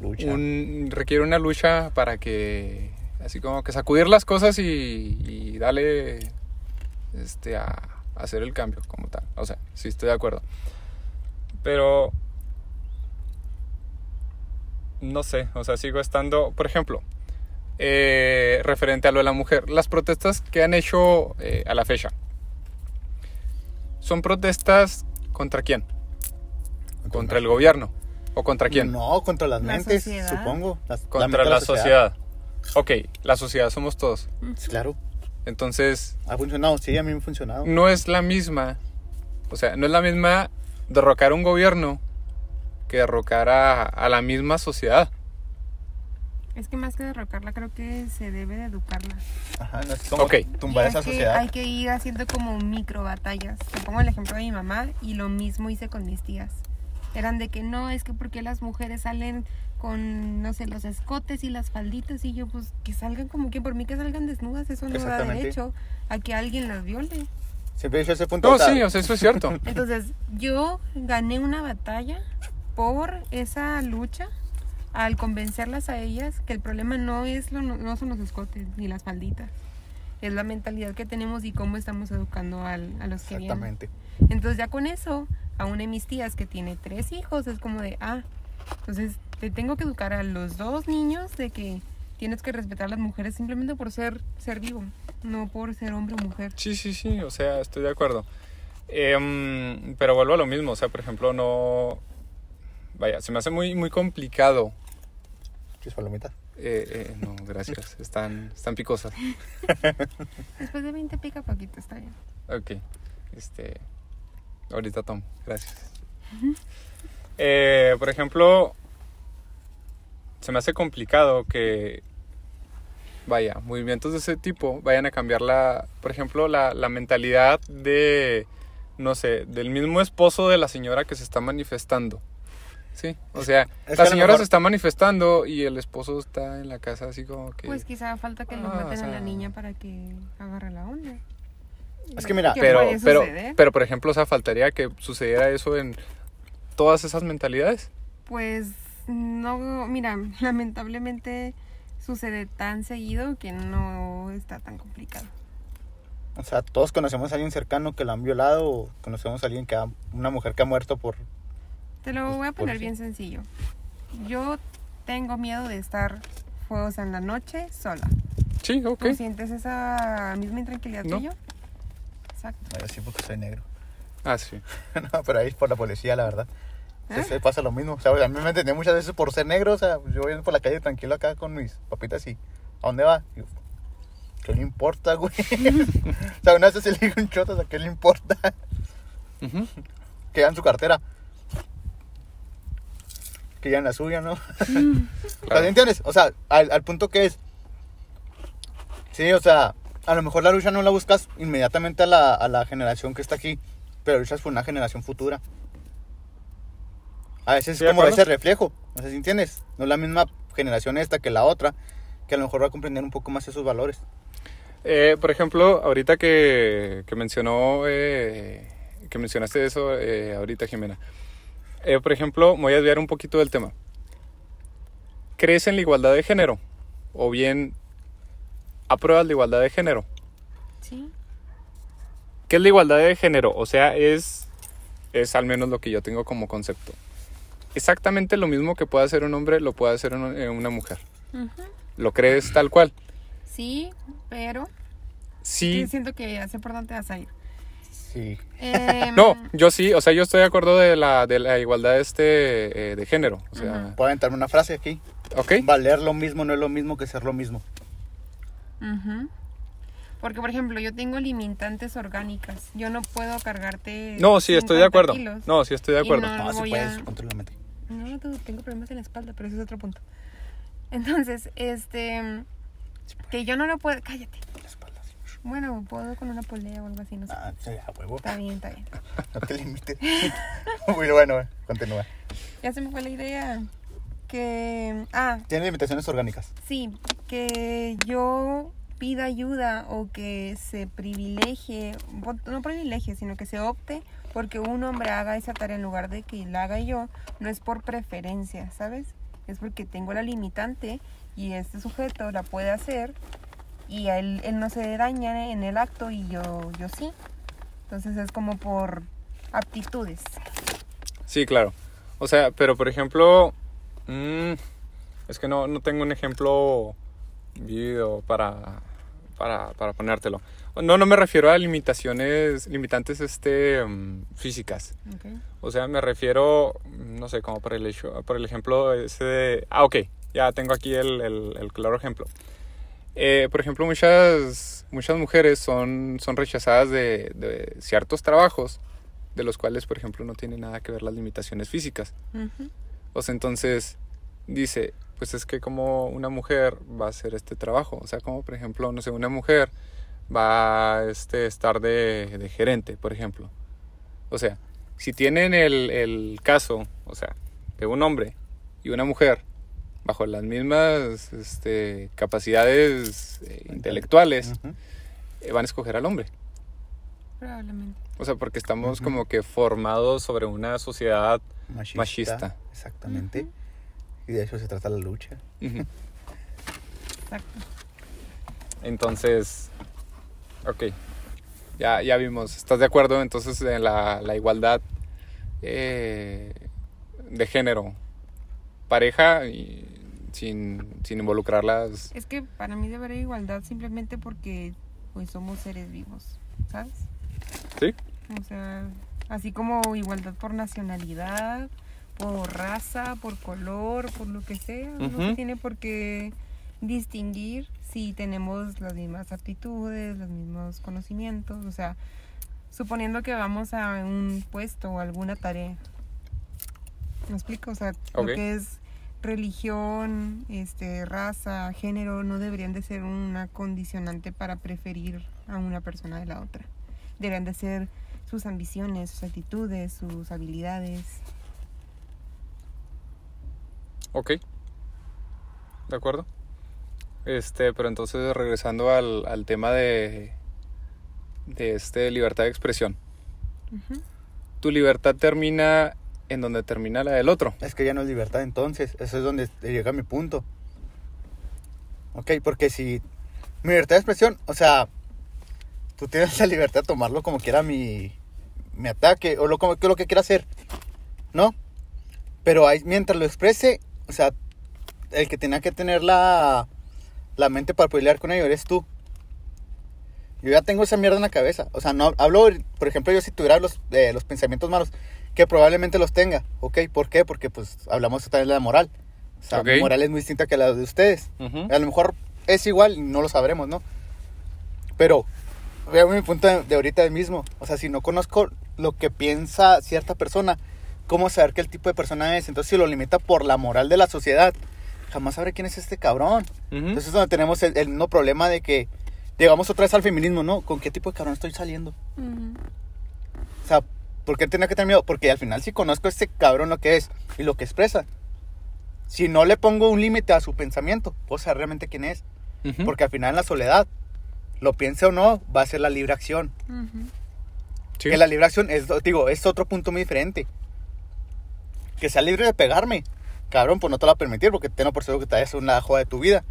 Speaker 1: Lucha.
Speaker 3: un, requiere una lucha para que, así como que sacudir las cosas y, y darle, este, a, a hacer el cambio como tal. O sea, sí estoy de acuerdo. Pero, no sé, o sea, sigo estando, por ejemplo, eh, referente a lo de la mujer, las protestas que han hecho eh, a la fecha. ¿Son protestas contra quién? ¿Contra el gobierno? ¿O contra quién?
Speaker 1: No, contra las
Speaker 2: La
Speaker 1: mentes,
Speaker 2: sociedad.
Speaker 1: supongo. Las-
Speaker 3: Contra
Speaker 1: mente de
Speaker 3: la sociedad. Ok, la sociedad somos todos.
Speaker 1: Sí, Claro,
Speaker 3: Entonces,
Speaker 1: ha funcionado, sí, a mí me ha funcionado.
Speaker 3: no es la misma. O sea, no es la misma derrocar un gobierno que derrocar a, a la misma sociedad.
Speaker 2: Es que más que derrocarla, creo que se debe de educarla.
Speaker 1: Ajá, no es como
Speaker 3: Ok.
Speaker 1: tumbar
Speaker 2: Y
Speaker 1: esa
Speaker 2: es que
Speaker 1: sociedad.
Speaker 2: Hay que ir haciendo como micro batallas. Te pongo el ejemplo de mi mamá y lo mismo hice con mis tías. Eran de que no, es que porque las mujeres salen con, no sé, los escotes y las falditas y yo pues que salgan como que por mí que salgan desnudas, eso no da
Speaker 1: Exactamente.
Speaker 2: derecho a que alguien las viole.
Speaker 1: Siempre he dicho ese punto.
Speaker 3: No,
Speaker 1: o sea,
Speaker 3: sí, o sea, eso es cierto.
Speaker 2: Entonces yo gané una batalla por esa lucha al convencerlas a ellas que el problema no es lo- no son los escotes ni las falditas. Es la mentalidad que tenemos y cómo estamos educando al- a los que vienen.
Speaker 1: Exactamente.
Speaker 2: Entonces ya con eso, a una de mis tías que tiene tres hijos, es como de, ah, entonces te tengo que educar a los dos niños de que tienes que respetar a las mujeres simplemente por ser ser vivo, no por ser hombre o mujer.
Speaker 3: Sí, sí, sí, o sea, estoy de acuerdo. Em, pero vuelvo a lo mismo, o sea, por ejemplo, no... Vaya, se me hace muy, muy complicado
Speaker 1: Chis palomitas.
Speaker 3: Eh, eh, no, gracias. Están, están picosas.
Speaker 2: Después de 20 pica Paquito, está bien.
Speaker 3: Ok. Este. Ahorita tomo. Gracias. Eh, por ejemplo, se me hace complicado que. Vaya, movimientos de ese tipo vayan a cambiar la. Por ejemplo, la, la mentalidad de. No sé, del mismo esposo de la señora que se está manifestando. Sí, o sea,
Speaker 1: que
Speaker 3: la
Speaker 1: a lo
Speaker 3: señora
Speaker 1: mejor-
Speaker 3: se está manifestando y el esposo está en la casa así como que.
Speaker 2: Pues quizá falta que lo
Speaker 3: Ah, o
Speaker 2: maten a
Speaker 3: sea.
Speaker 2: la niña para que agarre la onda.
Speaker 1: Es que mira,
Speaker 2: ¿Qué
Speaker 3: pero,
Speaker 2: puede
Speaker 3: pero,
Speaker 2: suceder?
Speaker 3: pero, por ejemplo, o sea, faltaría que sucediera eso en todas esas mentalidades.
Speaker 2: Pues no, mira, lamentablemente sucede tan seguido que no está tan complicado.
Speaker 1: o sea, todos conocemos a alguien cercano que lo han violado o conocemos a alguien que ha, una mujer que ha muerto por...
Speaker 2: Te lo
Speaker 3: Pues,
Speaker 2: voy a
Speaker 1: por
Speaker 2: poner
Speaker 1: sí.
Speaker 2: bien sencillo. Yo tengo miedo de estar fuegos en la noche sola.
Speaker 3: Sí, ok.
Speaker 2: ¿Tú sientes esa misma intranquilidad
Speaker 3: No.
Speaker 2: que yo? Exacto.
Speaker 1: Bueno, sí, porque soy negro.
Speaker 3: Ah, sí.
Speaker 1: no, pero ahí es por la policía, la verdad.
Speaker 2: ¿Eh?
Speaker 1: Se pasa lo mismo. O sea, a mí me entendí muchas veces por ser negro. O sea, yo voy por la calle tranquilo acá con mis papitas y... ¿A dónde va? Y yo, ¿Qué le importa, güey? o sea, una vez se le dijo un choto, o sea, ¿qué le importa?
Speaker 3: Ujú.
Speaker 1: que llevan su cartera. Que llevan la suya, ¿no? O sea, ¿sí entiendes? O sea, al, al punto que es. Sí, o sea, a lo mejor la lucha no la buscas inmediatamente a la, a la generación que está aquí, pero luchas por una generación futura. A veces
Speaker 3: Sí,
Speaker 1: es
Speaker 3: de
Speaker 1: como
Speaker 3: acuerdo.
Speaker 1: ese reflejo, no sé si entiendes. No es la misma generación esta que la otra, que a lo mejor va a comprender un poco más esos valores.
Speaker 3: Eh, por ejemplo, ahorita que, que mencionó, eh, que mencionaste eso eh, ahorita, Jimena. Eh, por ejemplo, me voy a desviar un poquito del tema. ¿Crees en la igualdad de género? O bien, ¿apruebas la igualdad de género?
Speaker 2: Sí.
Speaker 3: ¿Qué es la igualdad de género? O sea, es, es al menos lo que yo tengo como concepto. Exactamente lo mismo que puede hacer un hombre, lo puede hacer un- eh, una mujer.
Speaker 2: Ujú.
Speaker 3: ¿Lo crees tal cual?
Speaker 2: Sí, pero
Speaker 3: Sí.
Speaker 2: siento que ya sé por dónde vas a ir.
Speaker 1: Sí.
Speaker 2: Em,
Speaker 3: No, yo sí, o sea, yo estoy de acuerdo de la, de la igualdad este, eh, de género. O sea,
Speaker 1: Puedo aventarme una frase aquí.
Speaker 3: ¿ok?
Speaker 1: Valer lo mismo no es lo mismo que ser lo mismo.
Speaker 2: Ujú. Porque, por ejemplo, yo tengo limitantes orgánicas. Yo no puedo cargarte.
Speaker 3: No, sí, estoy de
Speaker 2: 50
Speaker 3: acuerdo.
Speaker 2: kilos.
Speaker 3: No, sí, estoy de
Speaker 2: Y
Speaker 3: acuerdo.
Speaker 2: no,
Speaker 1: No, si
Speaker 2: voy
Speaker 1: puedes,
Speaker 2: a-
Speaker 1: controlamente.
Speaker 2: No, no tengo, tengo problemas en la espalda, pero ese es otro punto. Entonces, este. Que yo no lo puedo. Cállate.
Speaker 1: La espalda, sí.
Speaker 2: Bueno, puedo con una polea o algo así, no sé.
Speaker 1: Ah, sí, a huevo.
Speaker 2: Está bien, está bien.
Speaker 1: No te limites. Muy bueno, eh, continúa.
Speaker 2: Ya se me fue la idea. Que. Ah,
Speaker 1: Tiene limitaciones orgánicas.
Speaker 2: sí. Que yo pida ayuda o que se privilegie. bo- No privilegie, sino que se opte porque un hombre haga esa tarea en lugar de que la haga yo. No es por preferencia, ¿sabes? Es porque tengo la limitante y este sujeto la puede hacer y a él, él no se daña en el acto y yo, yo sí. Entonces es como por aptitudes.
Speaker 3: Sí, claro. O sea, pero por ejemplo, mm, es que no, no tengo un ejemplo video para, para, para ponértelo. No, no me refiero a limitaciones, limitantes este, mm, físicas. O sea, me refiero, no sé, como por el, hecho, por el ejemplo ese de... Ah, ok, ya tengo aquí el, el- el claro ejemplo. Eh, por ejemplo, muchas, muchas mujeres son, son rechazadas de, de ciertos trabajos, de los cuales, por ejemplo, no tienen nada que ver las limitaciones físicas.
Speaker 2: Ujú.
Speaker 3: O sea, entonces dice, pues es que como una mujer va a hacer este trabajo. O sea, como por ejemplo, no sé, una mujer va a este, estar de, de gerente, por ejemplo. O sea, si tienen el, el caso, o sea, de un hombre y una mujer bajo las mismas este, capacidades eh, intelectuales,
Speaker 1: Ujú.
Speaker 3: eh, van a escoger al hombre.
Speaker 2: Probablemente.
Speaker 3: O sea, porque estamos
Speaker 1: Ujú.
Speaker 3: como que formados sobre una sociedad
Speaker 1: Machista.
Speaker 3: Machista.
Speaker 1: Exactamente. Y de eso se trata la lucha.
Speaker 3: ujú,
Speaker 2: Exacto.
Speaker 3: Entonces, ok, ya, ya vimos, ¿estás de acuerdo entonces en la, la igualdad eh, de género? Pareja y sin, sin involucrarlas.
Speaker 2: Es que para mí debe haber igualdad simplemente porque pues somos seres vivos, ¿sabes?
Speaker 3: ¿Sí?
Speaker 2: O sea, así como igualdad por nacionalidad, por raza, por color, por lo que sea, no se
Speaker 3: Ujú.
Speaker 2: tiene por qué distinguir si tenemos las mismas aptitudes, los mismos conocimientos, o sea, suponiendo que vamos a un puesto o alguna tarea. ¿Me explico? O sea, lo
Speaker 3: Ok.
Speaker 2: que es religión, este, raza, género, no deberían de ser una condicionante para preferir a una persona de la otra. Deberían de ser sus ambiciones, sus actitudes, sus habilidades.
Speaker 3: Ok, de acuerdo. Este, pero entonces regresando al, al tema de, de este, libertad de expresión.
Speaker 2: Ujú.
Speaker 3: Tu libertad termina en donde termina la del otro.
Speaker 1: Es que ya no es libertad entonces. Eso es donde llega mi punto. Ok, porque si mi libertad de expresión, o sea, tú tienes la libertad de tomarlo como quiera mi, mi ataque o lo, como, lo que quiera hacer, ¿no? Pero ahí, mientras lo exprese, o sea, el que tenía que tener la, la mente para pelear con ello eres tú. Yo ya tengo esa mierda en la cabeza. O sea, no hablo, por ejemplo, yo si tuviera los, eh, los pensamientos malos, que probablemente los tenga, ¿ok? ¿Por qué? Porque pues hablamos otra vez de la moral. O sea,
Speaker 3: Ok.
Speaker 1: mi moral es muy distinta que la de ustedes.
Speaker 3: Ujú.
Speaker 1: A lo mejor es igual, y no lo sabremos, ¿no? Pero veo mi punto de, de ahorita mismo. O sea, si no conozco lo que piensa cierta persona, ¿cómo saber qué el tipo de persona es? Entonces, si lo limita por la moral de la sociedad, jamás sabré quién es este cabrón.
Speaker 3: Ujú.
Speaker 1: Entonces, es donde tenemos el, el mismo problema de que llegamos otra vez al feminismo, ¿no? ¿Con qué tipo de cabrón estoy saliendo? O sea, ¿por qué tenía que tener miedo? Porque al final sí conozco a este cabrón lo que es y lo que expresa. Si no le pongo un límite a su pensamiento, o sea, realmente quién es.
Speaker 3: Ujú.
Speaker 1: Porque al final en la soledad, lo piense o no, va a ser la libre acción.
Speaker 2: Ujú.
Speaker 3: Sí.
Speaker 1: Que la libre acción es, digo, es otro punto muy diferente. Que sea libre de pegarme. Cabrón, pues no te lo va a permitir porque tengo por seguro que te vayas a una joda de tu vida.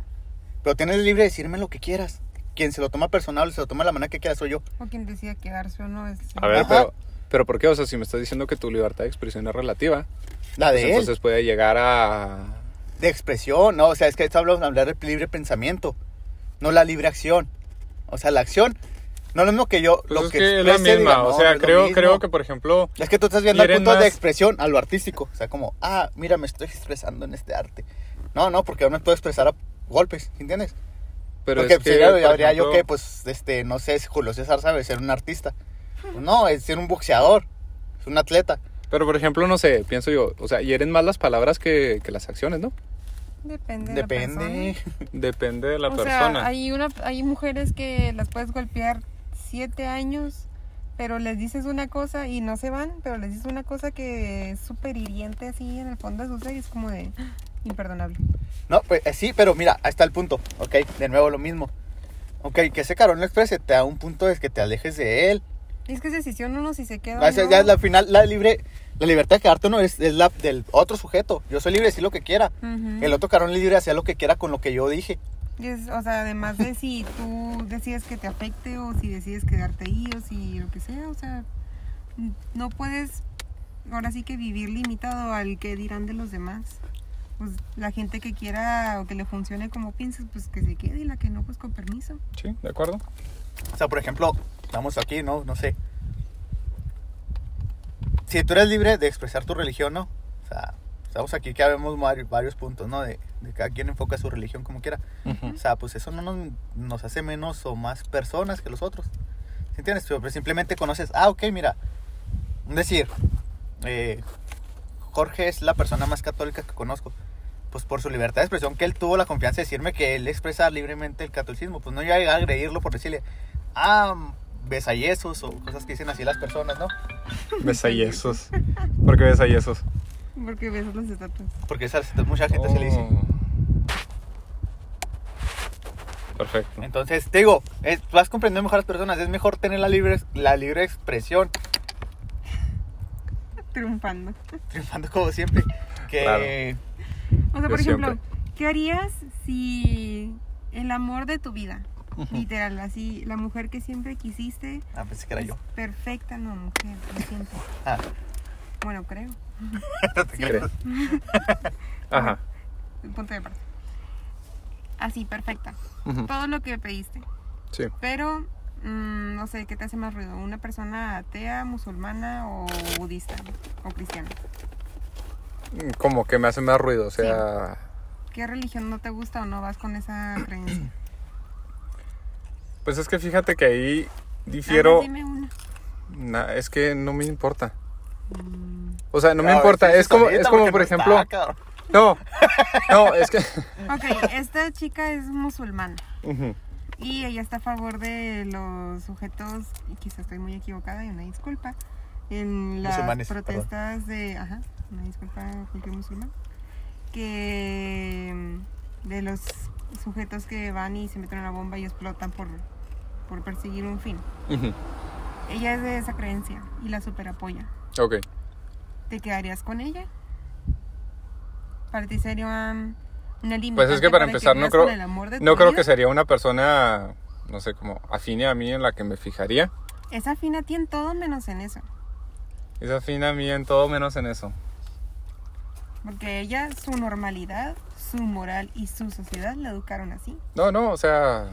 Speaker 1: Pero tienes libre de decirme lo que quieras. Quien se lo toma personal, se lo toma de la manera que quiera, soy yo.
Speaker 2: O quien decida quedarse o no es.
Speaker 3: A ver,
Speaker 1: Ajá.
Speaker 3: pero, pero ¿por qué? O sea, si me estás diciendo que tu libertad de expresión es relativa,
Speaker 1: La de
Speaker 3: pues
Speaker 1: él.
Speaker 3: entonces puede llegar a...
Speaker 1: de expresión, ¿no? O sea, es que esto hablamos de hablar de libre pensamiento, no la libre acción. O sea, la acción no es lo mismo que yo.
Speaker 3: Pues
Speaker 1: lo
Speaker 3: es que es la
Speaker 1: exprese,
Speaker 3: misma,
Speaker 1: diga,
Speaker 3: o
Speaker 1: no,
Speaker 3: sea,
Speaker 1: no es lo
Speaker 3: creo,
Speaker 1: mismo.
Speaker 3: creo que por ejemplo...
Speaker 1: Es que tú estás viendo el
Speaker 3: quieren
Speaker 1: punto de
Speaker 3: más-
Speaker 1: expresión a lo artístico. O sea, como, ah, mira, me estoy expresando en este arte. No, no, porque yo me puedo expresar a golpes, ¿entiendes?
Speaker 3: Pero
Speaker 1: Porque
Speaker 3: es pues, que,
Speaker 1: si hubiera-
Speaker 3: por
Speaker 1: habría yo
Speaker 3: ejemplo,
Speaker 1: que, pues, este, no sé, si Julio César sabe ser un artista. No, es ser un boxeador, es un atleta.
Speaker 3: Pero por ejemplo, no sé, pienso yo, o sea, hieren más las palabras que, que las acciones, ¿no?
Speaker 2: Depende. de la persona.
Speaker 1: Depende.
Speaker 3: Depende de la
Speaker 2: o
Speaker 3: persona.
Speaker 2: sea, hay, una, hay mujeres que las puedes golpear siete años, pero les dices una cosa y no se van, pero les dices una cosa que es súper hiriente así en el fondo de su ser y es como de "Ah, imperdonable.
Speaker 1: No, pues eh, sí, pero mira, ahí está el punto. Ok, de nuevo lo mismo. Ok, que ese carón lo exprese te da un punto de que te alejes de él.
Speaker 2: Y es que es decisión uno si se queda. o
Speaker 1: O sea,
Speaker 2: no.
Speaker 1: ya es la final, la libre, la libertad de quedarte uno es, es la del otro sujeto. Yo soy libre de decir lo que quiera.
Speaker 2: Ujú.
Speaker 1: El otro carón libre hacía lo que quiera con lo que yo dije.
Speaker 2: Y es- o sea, además de si tú decides que te afecte o si decides quedarte ahí o si lo que sea, o sea, n- no puedes ahora sí que vivir limitado al que dirán de los demás. Pues la gente que quiera o que le funcione como piensas, pues que se quede y la que no, pues con permiso.
Speaker 3: Sí, de acuerdo.
Speaker 1: O sea, por ejemplo, estamos aquí, ¿no? No sé. Si tú eres libre de expresar tu religión, ¿no? O sea, estamos aquí que habemos varios, varios puntos, ¿no? De, de cada quien enfoca su religión como quiera. O sea, pues eso no nos, nos hace menos o más personas que los otros. ¿Sí entiendes? Pero pues simplemente conoces, ah, ok, mira. Es Decir, eh, Jorge es la persona más católica que conozco. Pues por su libertad de expresión que él tuvo la confianza de decirme que él expresa libremente el catolicismo. Pues no iba a agredirlo por decirle, ah, besayesos o cosas que dicen así las personas, ¿no?
Speaker 3: Besayesos. ¿Por qué besayesos?
Speaker 2: Porque besas las estatuas.
Speaker 1: Porque esas- mucha gente se le
Speaker 3: Oh.
Speaker 1: dice.
Speaker 3: Perfecto.
Speaker 1: Entonces, te digo, es- vas comprendiendo mejor a las personas. Es mejor tener la libre, la libre expresión
Speaker 2: Triunfando.
Speaker 1: triunfando como siempre. Que
Speaker 2: O sea,
Speaker 3: Yo
Speaker 2: por ejemplo,
Speaker 3: siempre.
Speaker 2: ¿qué harías si el amor de tu vida, literal, así, la mujer que siempre quisiste,
Speaker 1: ah, pensé que era
Speaker 2: es
Speaker 1: yo.
Speaker 2: perfecta, no, mujer, lo siento.
Speaker 1: Ah,
Speaker 2: Bueno, creo.
Speaker 1: te creo.
Speaker 3: Ajá.
Speaker 2: Punto de parte. Así, perfecta.
Speaker 3: Ujú.
Speaker 2: Todo lo que pediste.
Speaker 3: Sí.
Speaker 2: Pero, mm, no sé, ¿qué te hace más ruido? ¿Una persona atea, musulmana o budista? ¿O cristiana?
Speaker 3: Como que me hace más ruido, o sea...
Speaker 2: ¿Qué religión no te gusta o no vas con esa creencia?
Speaker 3: Pues es que fíjate que ahí
Speaker 2: Nada
Speaker 3: difiero...
Speaker 2: más Ah, Dime una.
Speaker 3: Na- es que no me importa. O sea, no me
Speaker 1: A ver,
Speaker 3: importa.
Speaker 1: sí,
Speaker 3: Es como,
Speaker 1: solita,
Speaker 3: es
Speaker 1: porque
Speaker 3: como por
Speaker 1: no está,
Speaker 3: ejemplo...
Speaker 1: cabrón.
Speaker 3: No, no, es que...
Speaker 2: Ok, esta chica es musulmana.
Speaker 3: Ujú.
Speaker 2: Y ella está a favor de los sujetos, y quizás estoy muy equivocada y una disculpa, en las
Speaker 1: Musulmanes, perdón.
Speaker 2: protestas de, ajá, una disculpa porque musulmán, que mm, de los sujetos que van y se meten a la bomba y explotan por, por perseguir un fin.
Speaker 3: Ujú.
Speaker 2: Ella es de esa creencia y la super apoya.
Speaker 3: Ok.
Speaker 2: ¿Te quedarías con ella? Para ti sería um, una limitante
Speaker 3: Pues es que para
Speaker 2: que
Speaker 3: empezar no
Speaker 2: vivas
Speaker 3: creo,
Speaker 2: con el amor de tu
Speaker 3: no creo
Speaker 2: vida?
Speaker 3: que sería una persona, no sé, como afine a mí en la que me fijaría.
Speaker 2: Es afín a ti en todo menos en eso.
Speaker 3: Es afín a mí en todo menos en eso.
Speaker 2: Porque ella, su normalidad, su moral y su sociedad la educaron así.
Speaker 3: No, no, o sea,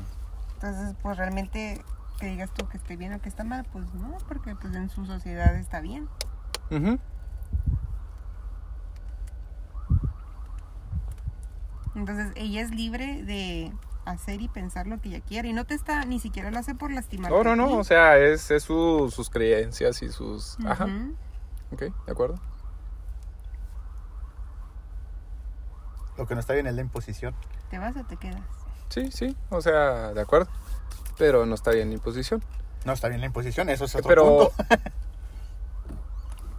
Speaker 2: Entonces, pues realmente que digas tú que esté bien o que está mal, pues no, porque pues en su sociedad está bien.
Speaker 3: ujú.
Speaker 2: Entonces, ella es libre de hacer y pensar lo que ella quiere y no te está, ni siquiera lo hace por lastimar.
Speaker 3: no, no, no, o sea, es, es su- sus creencias y sus... Ajá, ok, de acuerdo.
Speaker 1: Lo que no está bien es la imposición.
Speaker 2: ¿Te vas o te quedas?
Speaker 3: Sí, sí, o sea, de acuerdo. Pero no está bien mi posición.
Speaker 1: No está bien la imposición, eso es otro
Speaker 3: Pero,
Speaker 1: punto.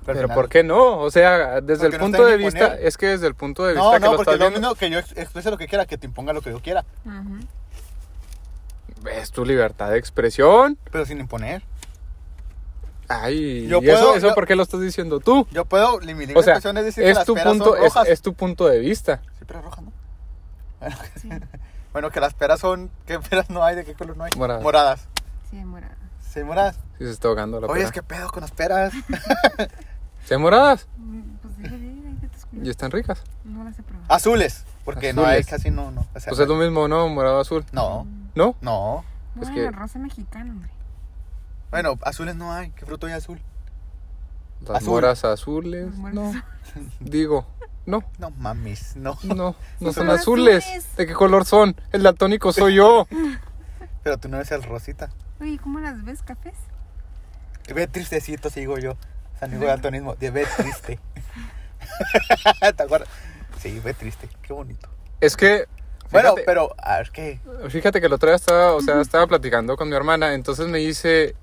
Speaker 3: pero ¿por qué no? O sea, desde
Speaker 1: Porque
Speaker 3: el
Speaker 1: no
Speaker 3: punto
Speaker 1: está
Speaker 3: de
Speaker 1: bien
Speaker 3: vista,
Speaker 1: imponer.
Speaker 3: es que desde el punto de vista
Speaker 1: No,
Speaker 3: que
Speaker 1: no,
Speaker 3: lo
Speaker 1: porque
Speaker 3: estás
Speaker 1: lo
Speaker 3: viendo,
Speaker 1: mismo que yo ex- exprese lo que quiera, que te imponga lo que yo quiera,
Speaker 2: Ujú.
Speaker 3: es tu libertad de expresión.
Speaker 1: pero sin imponer.
Speaker 3: Ay,
Speaker 1: Yo
Speaker 3: ¿y eso,
Speaker 1: puedo-
Speaker 3: eso
Speaker 1: yo-
Speaker 3: por qué lo estás diciendo tú?
Speaker 1: Yo puedo, li- mi libre
Speaker 3: O sea,
Speaker 1: expresión es decir que
Speaker 3: es
Speaker 1: las
Speaker 3: tu
Speaker 1: peras
Speaker 3: punto,
Speaker 1: son
Speaker 3: es,
Speaker 1: rojas.
Speaker 3: es tu punto de vista.
Speaker 1: Siempre rojas, ¿no?
Speaker 2: Sí,
Speaker 1: Bueno, que las peras son, ¿qué peras no hay? ¿De qué color no hay?
Speaker 3: Moradas.
Speaker 1: Moradas.
Speaker 2: sí, morada.
Speaker 1: Sí, moradas.
Speaker 3: Si se está ahogando la
Speaker 1: Oye,
Speaker 3: pera.
Speaker 1: es que pedo con las peras.
Speaker 3: ¿Se moradas?
Speaker 2: Mm, Pues dile, dile, dile tus
Speaker 3: Y
Speaker 2: colores.
Speaker 3: están ricas.
Speaker 2: No las he probado.
Speaker 3: Ah,
Speaker 1: Azules, porque no hay
Speaker 3: Azules.
Speaker 1: casi no, no. o sea,
Speaker 3: Pues es lo mismo, ¿no? Morado azul.
Speaker 1: No,
Speaker 3: ¿No?
Speaker 1: no.
Speaker 3: es
Speaker 2: Bueno,
Speaker 3: pues que-
Speaker 2: rosa mexicana, hombre.
Speaker 1: Bueno, azules no hay. ¿Qué fruto hay azul?
Speaker 3: Las
Speaker 1: Azul.
Speaker 3: moras azules.
Speaker 2: Las moras
Speaker 3: Pues No.
Speaker 2: azules.
Speaker 3: Digo, No,
Speaker 1: No mames, no.
Speaker 3: no, no
Speaker 2: Son
Speaker 3: son azules.
Speaker 2: azules.
Speaker 3: ¿De qué color son? El latónico soy yo.
Speaker 1: Pero tú no eres el Rosita.
Speaker 2: Oye, ¿cómo las ves, cafés?
Speaker 1: Ve tristecito, sigo yo. O sea, no digo daltonismo, de ve triste. ¿Te acuerdas? Sí, ve triste. Qué bonito.
Speaker 3: Es que.
Speaker 1: Bueno,
Speaker 3: fíjate-
Speaker 1: pero, ah, a ver qué.
Speaker 3: Fíjate que la otra vez estaba, o sea, estaba platicando con mi hermana, entonces me dice,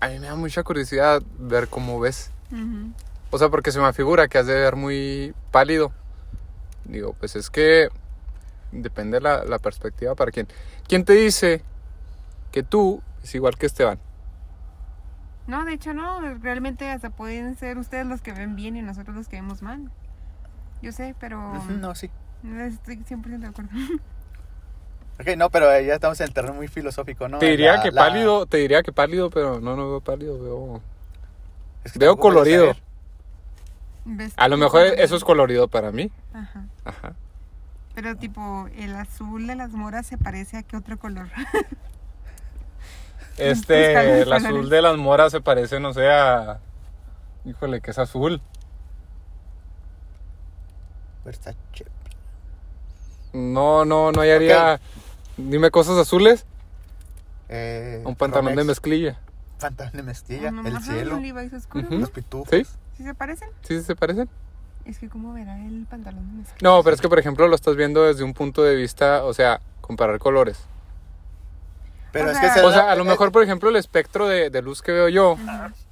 Speaker 3: a mí me da mucha curiosidad ver cómo ves.
Speaker 2: Ujú.
Speaker 3: O sea, porque se me figura que has de ver muy pálido. Digo, pues es que depende la, la perspectiva para quién. ¿Quién te dice que tú es igual que Esteban?
Speaker 2: No, de hecho no, realmente hasta pueden ser ustedes los que ven bien y nosotros los que vemos mal. Yo sé, pero
Speaker 1: Ujú, Pues No, sí.
Speaker 2: no estoy 100% de acuerdo.
Speaker 1: Ok, no, pero eh, ya estamos en el terreno muy filosófico, ¿no?
Speaker 3: te diría
Speaker 1: La-
Speaker 3: que
Speaker 1: la-
Speaker 3: pálido, te diría que pálido, pero no, no veo pálido, veo...
Speaker 1: es que
Speaker 3: veo
Speaker 1: tampoco puedes
Speaker 3: colorido.
Speaker 1: saber.
Speaker 2: ¿Ves?
Speaker 3: A lo mejor eso es colorido para mí.
Speaker 2: Ajá.
Speaker 3: Ajá.
Speaker 2: Pero tipo, el azul de las moras se parece a qué otro color.
Speaker 3: Este, el
Speaker 2: colores.
Speaker 3: azul de las moras se parece, no sé, a... Híjole, que es azul.
Speaker 1: Versace.
Speaker 3: No, no, no hallaría... Dime cosas azules.
Speaker 1: Eh,
Speaker 3: Un pantalón de
Speaker 1: Rolex,
Speaker 3: mezclilla.
Speaker 1: Pantalón de mezclilla,
Speaker 2: Ajá,
Speaker 1: el cielo,
Speaker 2: Ah, Un Levi's oscuro.
Speaker 3: Ujú.
Speaker 1: los pitufos.
Speaker 3: ¿Mm? ¿Sí?
Speaker 2: ¿Sí se parecen?
Speaker 3: ¿Sí se parecen?
Speaker 2: Es que cómo verá el pantalón de mezclilla?
Speaker 3: No, pero es que, por ejemplo, lo estás viendo desde un punto de vista, o sea, comparar colores.
Speaker 1: Pero
Speaker 2: O
Speaker 1: es
Speaker 2: sea-
Speaker 1: que se
Speaker 3: O sea,
Speaker 1: da-
Speaker 3: a lo
Speaker 1: eh,
Speaker 3: mejor, por ejemplo, el espectro de, de luz que veo yo,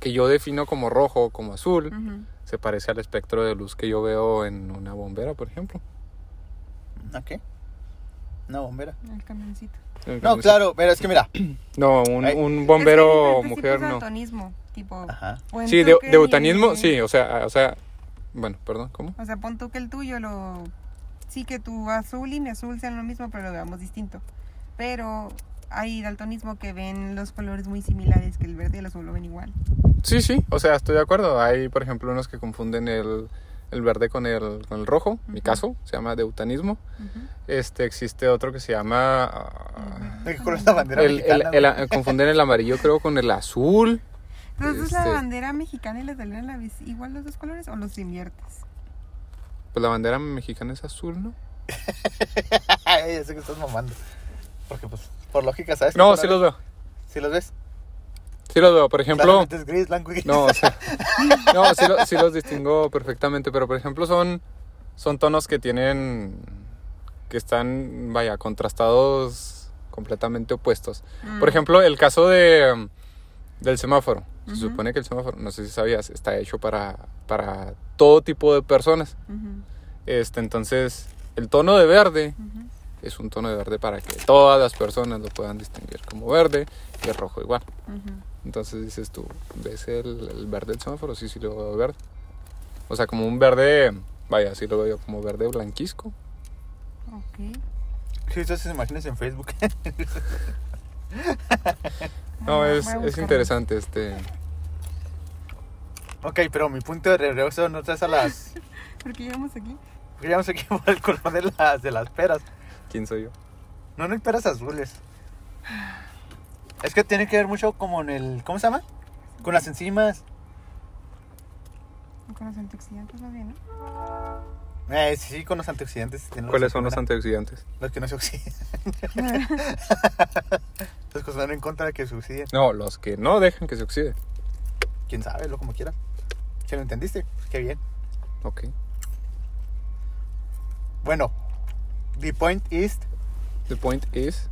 Speaker 3: que yo defino como rojo, como azul,
Speaker 2: Ujú.
Speaker 3: se parece al espectro de luz que yo veo en una bombera, por ejemplo.
Speaker 1: Ok. No, bombera.
Speaker 2: El camioncito.
Speaker 1: No, claro, pero es que mira.
Speaker 3: No, un,
Speaker 1: Ay.
Speaker 3: un
Speaker 2: Es
Speaker 3: bombero
Speaker 2: que hay diferentes
Speaker 3: mujer
Speaker 2: tipos de
Speaker 3: no.
Speaker 2: daltonismo, tipo,
Speaker 1: Ajá.
Speaker 2: pon
Speaker 3: Sí,
Speaker 2: tú
Speaker 3: de,
Speaker 2: que-
Speaker 3: de eutanismo, sí, o sea, a- o sea, bueno, perdón, ¿cómo?
Speaker 2: O sea, pon tú que el tuyo lo... Sí, que tu azul y mi azul sean lo mismo, pero lo veamos distinto. Pero hay daltonismo que ven los colores muy similares, que el verde y el azul lo ven igual.
Speaker 3: Sí, sí, o sea, estoy de acuerdo. Hay, por ejemplo, unos que confunden el, el verde con el, con el rojo, en mi
Speaker 2: Ujú.
Speaker 3: caso, se llama deutanismo.
Speaker 2: Ujú.
Speaker 3: Este, existe otro que se llama... ah,
Speaker 1: ¿De qué color es la bandera
Speaker 3: el, el-
Speaker 1: mexicana?
Speaker 3: el-
Speaker 1: güey?
Speaker 3: el- confunden el amarillo creo con el azul.
Speaker 2: Entonces,
Speaker 3: Este-
Speaker 2: ¿la bandera mexicana y la italiana la ves igual los dos colores o los inviertes?
Speaker 3: Pues la bandera mexicana es azul, ¿no?
Speaker 1: Ay, yo sé que estás mamando. Porque, pues, por lógica, ¿sabes? qué
Speaker 3: No,
Speaker 1: color
Speaker 3: sí
Speaker 1: es?
Speaker 3: los veo.
Speaker 1: ¿Sí los ves?
Speaker 3: Sí los veo. Por ejemplo,
Speaker 1: Claramente es gris, blanco y gris.
Speaker 3: no, o sea, no, sí, lo- sí los distingo perfectamente, pero por ejemplo son, son tonos que tienen, que están, vaya, contrastados completamente opuestos.
Speaker 2: Mm.
Speaker 3: Por ejemplo, el caso de, mm, del semáforo. Se
Speaker 2: Ujú.
Speaker 3: supone que el semáforo, no sé si sabías, está hecho para, para todo tipo de personas.
Speaker 2: Ujú,
Speaker 3: Este, entonces, el tono de verde
Speaker 2: ujú.
Speaker 3: es un tono de verde para que todas las personas lo puedan distinguir como verde y el rojo igual.
Speaker 2: Ujú.
Speaker 3: Entonces dices tú, ¿ves el, el verde del semáforo? Sí, sí lo veo verde. O sea, como un verde, vaya, sí lo veo yo como verde blanquisco.
Speaker 2: Ok.
Speaker 1: Sí, esas imágenes en Facebook.
Speaker 3: No,
Speaker 2: Ah, Voy a
Speaker 3: es,
Speaker 2: buscar
Speaker 3: es
Speaker 2: uno.
Speaker 3: interesante este.
Speaker 1: ok, pero mi punto de regreso no es a las.
Speaker 2: ¿Por qué llegamos aquí?
Speaker 1: porque Ya no sé qué por el color de las, de las peras.
Speaker 3: ¿Quién soy yo?
Speaker 1: No, no hay peras azules. Es que tiene que ver mucho como en el. ¿Cómo se llama? Con las enzimas.
Speaker 2: Con los antioxidantes más bien, ¿no?
Speaker 1: Eh, sí, sí, con los antioxidantes. tiene
Speaker 3: ¿Cuáles son los
Speaker 1: razón,
Speaker 3: antioxidantes?
Speaker 1: Los que no se oxidan. los que están en contra de que se oxiden.
Speaker 3: No, los que no dejan que se oxide.
Speaker 1: Quién sabe, lo como quieras. Si lo entendiste, pues qué bien.
Speaker 3: Ok.
Speaker 1: Bueno, the point is
Speaker 3: The point is.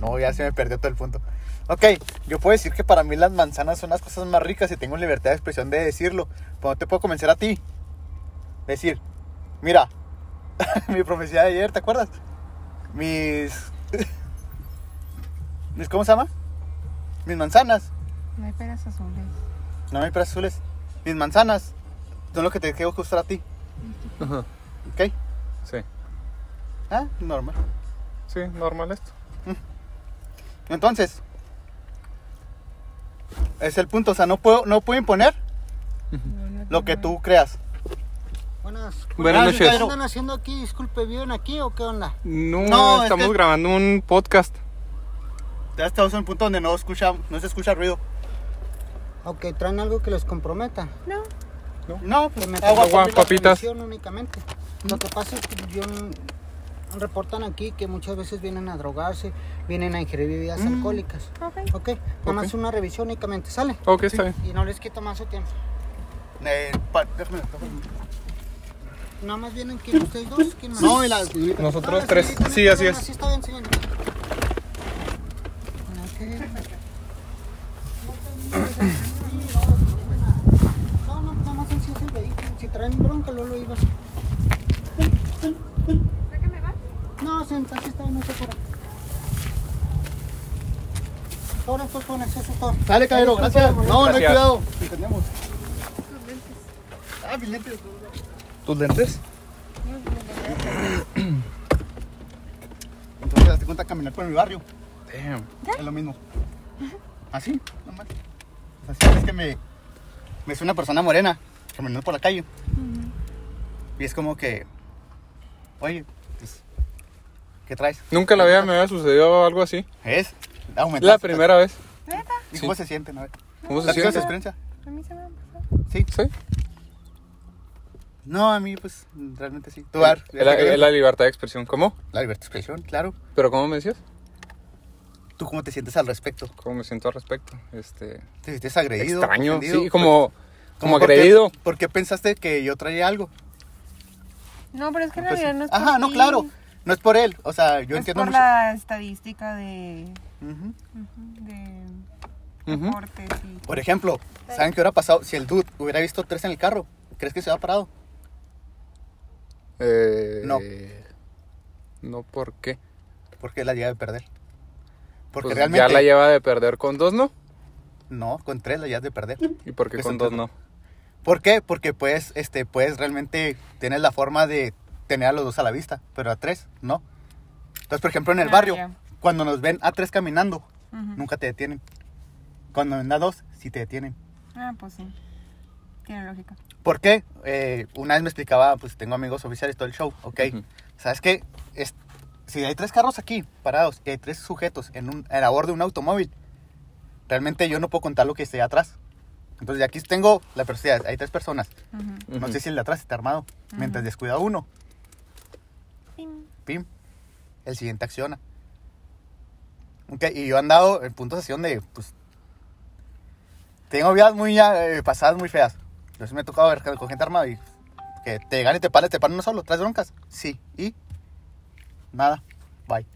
Speaker 1: No, ya se me perdió todo el punto. Ok, yo puedo decir que para mí las manzanas son las cosas más ricas y tengo libertad de expresión de decirlo. Pero no te puedo convencer a ti. Decir, mira, mi profecía de ayer, ¿te acuerdas? Mis. mis ¿Cómo se llama? Mis manzanas.
Speaker 2: No hay peras azules.
Speaker 1: No, mis peras azules. Mis manzanas son lo que te tengo que gustar a ti.
Speaker 3: Ajá.
Speaker 1: ¿Ok?
Speaker 3: Sí.
Speaker 1: Ah, normal.
Speaker 3: Sí, normal esto.
Speaker 1: Entonces, es el punto. O sea, no puedo, no puedo imponer
Speaker 2: No, no
Speaker 1: lo que
Speaker 2: tengo-
Speaker 1: tú creas.
Speaker 6: Buenas.
Speaker 3: Buenas noches.
Speaker 6: ¿Qué andan haciendo aquí? Disculpe, ¿viven aquí o qué onda?
Speaker 3: No,
Speaker 1: No, es
Speaker 3: estamos
Speaker 1: que-
Speaker 3: grabando un podcast.
Speaker 1: Ya estamos en un punto donde no escucha, no se escucha ruido.
Speaker 6: Ok, ¿traen algo que los comprometa?
Speaker 2: No,
Speaker 3: ¿no?
Speaker 6: No, pues me
Speaker 3: Agua,
Speaker 6: tocó la
Speaker 3: papitas.
Speaker 6: televisión únicamente. Lo que pasa es que yo n- reportan aquí que muchas veces vienen a drogarse, vienen a ingerir bebidas
Speaker 3: Mm.
Speaker 6: alcohólicas.
Speaker 2: Ok.
Speaker 6: Ok, nada más una revisión únicamente, ¿sale?
Speaker 3: Ok, está bien.
Speaker 6: Y no les quito más su tiempo.
Speaker 1: Eh, pa- déjame, déjame.
Speaker 6: Nada más vienen que ustedes dos, ¿quién más?
Speaker 1: No, y la señorita.
Speaker 6: Ah,
Speaker 3: Pues, Nosotros
Speaker 6: la
Speaker 3: tres.
Speaker 6: señorita,
Speaker 3: Sí,
Speaker 6: no,
Speaker 3: así
Speaker 6: no,
Speaker 3: es.
Speaker 6: Así está bien, señorita. Ok. No, no, nada más en sí es el vehículo. Si traen bronca, luego lo ibas. No, sí, así está bien, no se cura. Ahora esto es con exceso todo.
Speaker 1: Dale, caballero, gracias. No, no hay
Speaker 3: Gracias.
Speaker 1: cuidado. Entendemos. Ah, mis lentes.
Speaker 3: ¿Tus lentes?
Speaker 1: Entonces, hazte cuenta caminar por mi barrio.
Speaker 3: Damn.
Speaker 1: Es lo mismo. Así, nomás. O sea, es que me. Me es una persona morena caminando por la calle. Y es como que. Oye, pues, ¿qué traes?
Speaker 3: Nunca la vida me había sucedido algo así.
Speaker 1: ¿Es? Aumentar.
Speaker 3: La primera vez.
Speaker 2: ¿Neta?
Speaker 1: ¿Y cómo se sienten? A ver.
Speaker 3: ¿Cómo se
Speaker 1: ¿Platica su
Speaker 3: siente?
Speaker 1: experiencia?
Speaker 2: A mí se me han pasado.
Speaker 1: Sí.
Speaker 3: Sí.
Speaker 1: No, a mí, pues, realmente sí. Tú, Ar,
Speaker 3: Es la, es la libertad de expresión. ¿Cómo?
Speaker 1: La libertad de expresión, claro.
Speaker 3: ¿Pero cómo me decías?
Speaker 1: ¿Tú cómo te sientes al respecto?
Speaker 3: ¿Cómo me siento al respecto? Este,
Speaker 1: ¿Te sientes agredido?
Speaker 3: extraño.
Speaker 1: ofendido?
Speaker 3: Sí, como, como
Speaker 1: ¿por qué-
Speaker 3: agredido.
Speaker 1: ¿Por qué pensaste que yo traía algo?
Speaker 2: No, pero es que en
Speaker 1: Pues,
Speaker 2: realidad no es
Speaker 1: Ajá,
Speaker 2: por
Speaker 1: no,
Speaker 2: ti.
Speaker 1: claro. No es por él. O sea, yo
Speaker 2: es
Speaker 1: entiendo
Speaker 2: por
Speaker 1: mucho.
Speaker 2: la estadística de,
Speaker 1: Ujú.
Speaker 2: ujú, de
Speaker 1: pues.
Speaker 3: Ujú.
Speaker 2: deportes y...
Speaker 1: Por ejemplo, ¿saben qué hubiera pasado si el dude hubiera visto tres en el carro? ¿Crees que se hubiera parado?
Speaker 3: Eh,
Speaker 1: No.
Speaker 3: No, ¿por qué?
Speaker 1: Porque la lleva de perder. Porque
Speaker 3: Pues
Speaker 1: realmente.
Speaker 3: ya la lleva de perder con dos, ¿no?
Speaker 1: No, con tres la llevas de perder.
Speaker 3: ¿Y por qué
Speaker 1: Pues
Speaker 3: con dos no?
Speaker 1: entonces- ¿Por qué? Porque puedes, este, puedes realmente tienes la forma de tener a los dos a la vista, pero a tres, ¿no? Entonces, por ejemplo, en el
Speaker 2: Ah,
Speaker 1: barrio,
Speaker 2: ya.
Speaker 1: cuando nos ven a tres caminando,
Speaker 2: Ujú.
Speaker 1: nunca te detienen. Cuando ven a dos, sí te detienen.
Speaker 2: Ah, pues sí. Tiene lógica.
Speaker 1: ¿Por qué? Eh, una vez me explicaba, pues tengo amigos oficiales todo el show, ¿ok?
Speaker 3: Ujú.
Speaker 1: ¿Sabes qué? Es- si hay tres carros aquí parados y hay tres sujetos en, un, en la borda de un automóvil, realmente yo no puedo contar lo que esté atrás. Entonces, de aquí tengo la velocidad, hay tres personas.
Speaker 2: Ujú.
Speaker 1: No
Speaker 3: Ujú.
Speaker 1: sé si el de atrás está armado. Mientras descuida uno,
Speaker 2: Pim.
Speaker 1: pim, el siguiente acciona. Ok, y yo he andado en puntos así donde, pues, tengo vidas muy eh, pasadas, muy feas. Entonces me ha tocado ver con gente armada y que te llegan y te paran, te paran uno solo, traes broncas. Sí, y nada, bye.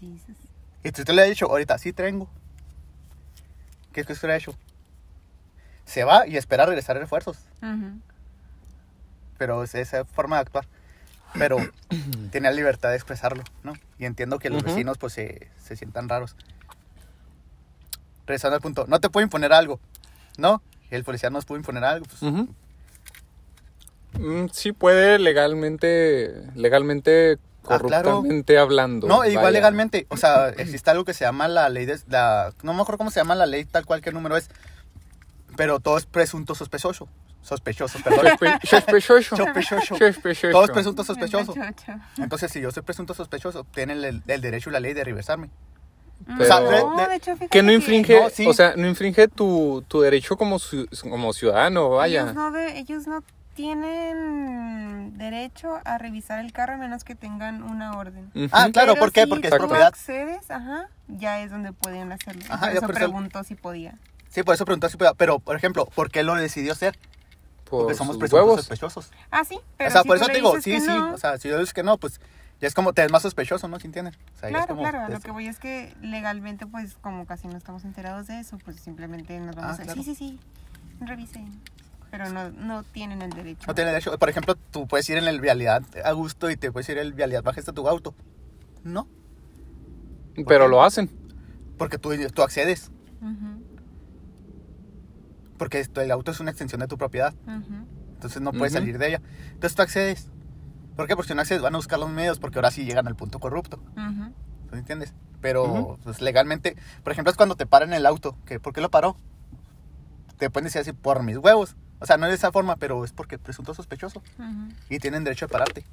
Speaker 2: Jesus.
Speaker 1: Y tú te le has dicho, ahorita sí tengo. ¿Qué es que usted le ha hecho? Se va y espera regresar refuerzos.
Speaker 2: Ujú.
Speaker 1: pero es esa forma de actuar. Pero tenía libertad de expresarlo, ¿no? Y entiendo que los
Speaker 3: Ujú.
Speaker 1: vecinos pues se, se sientan raros. Regresando al punto, no te puedo imponer algo, ¿no? El policía nos pudo imponer algo, pues,
Speaker 3: Ujú. Mm, sí puede legalmente, legalmente,
Speaker 1: Ah, claro.
Speaker 3: corruptamente hablando.
Speaker 1: No, e igual
Speaker 3: vaya.
Speaker 1: legalmente, o sea, existe algo que se llama la ley de la no me acuerdo cómo se llama la ley tal cual qué número es, pero todo es presunto sospechoso, sospechoso, perdón.
Speaker 3: Sospe- Sospechoso.
Speaker 1: Sospechoso.
Speaker 3: Sospechoso.
Speaker 1: todo es presunto sospechoso.
Speaker 2: Bien, chocho.
Speaker 1: Entonces, si yo soy presunto sospechoso, tienen el, el derecho y la ley de reversarme.
Speaker 3: Pero-
Speaker 1: sea, re-
Speaker 2: no,
Speaker 1: de-
Speaker 2: de hecho, fíjate
Speaker 3: Que no infringe,
Speaker 1: No, sí.
Speaker 3: o sea, no infringe tu, tu derecho como, ciu- como ciudadano, vaya.
Speaker 2: Ellos no, de- ellos no tienen derecho a revisar el carro a menos que tengan una orden.
Speaker 3: Ujú.
Speaker 1: Ah, claro,
Speaker 2: Pero
Speaker 1: ¿por qué?
Speaker 2: si
Speaker 1: Porque es
Speaker 2: tú
Speaker 1: propiedad.
Speaker 2: accedes, ajá, ya es donde pueden hacerlo. Y
Speaker 1: Ajá,
Speaker 2: por
Speaker 1: ya
Speaker 2: eso
Speaker 1: por eso-
Speaker 2: preguntó si podía.
Speaker 1: Sí, por eso preguntó si podía, pero por ejemplo, ¿por qué lo decidió hacer?
Speaker 3: Por
Speaker 1: Porque somos
Speaker 3: sus
Speaker 1: presuntos
Speaker 3: huevos.
Speaker 1: sospechosos.
Speaker 2: Ah, sí, pero
Speaker 1: o sea,
Speaker 2: si
Speaker 1: por
Speaker 2: tú
Speaker 1: eso
Speaker 2: le
Speaker 1: te digo,
Speaker 2: dices
Speaker 1: sí,
Speaker 2: que
Speaker 1: sí,
Speaker 2: no-
Speaker 1: o sea, si yo digo que no, pues ya es como te ves más sospechoso, ¿no? ¿Sí entiendes? O sea, ya es
Speaker 2: Claro,
Speaker 1: como,
Speaker 2: claro, a lo
Speaker 1: es-
Speaker 2: que voy es que legalmente, pues como casi no estamos enterados de eso, pues simplemente nos vamos
Speaker 1: Ah,
Speaker 2: a...
Speaker 1: claro.
Speaker 2: Sí, sí, sí, revisen. Pero no, no tienen el derecho.
Speaker 1: No tiene derecho. Por ejemplo, tú puedes ir en el vialidad a gusto y te puedes ir en el vialidad baja hasta tu auto. No,
Speaker 3: Pero lo hacen.
Speaker 1: porque tú, tú accedes,
Speaker 2: Ujú,
Speaker 1: porque esto- el auto es una extensión de tu propiedad,
Speaker 2: ujú.
Speaker 1: entonces no puedes
Speaker 3: Ujú.
Speaker 1: salir de ella. Entonces tú accedes. ¿Por qué? Porque si no accedes van a buscar los medios, porque ahora sí llegan al punto corrupto.
Speaker 2: Ujú.
Speaker 1: ¿Tú entiendes? Pero
Speaker 3: Ujú.
Speaker 1: pues, legalmente, por ejemplo, es cuando te paran el auto. que ¿Por qué lo paró? Te pueden decir así, por mis huevos. O sea, no es de esa forma, pero es porque presunto sospechoso.
Speaker 2: Ujú.
Speaker 1: Y tienen derecho a pararte.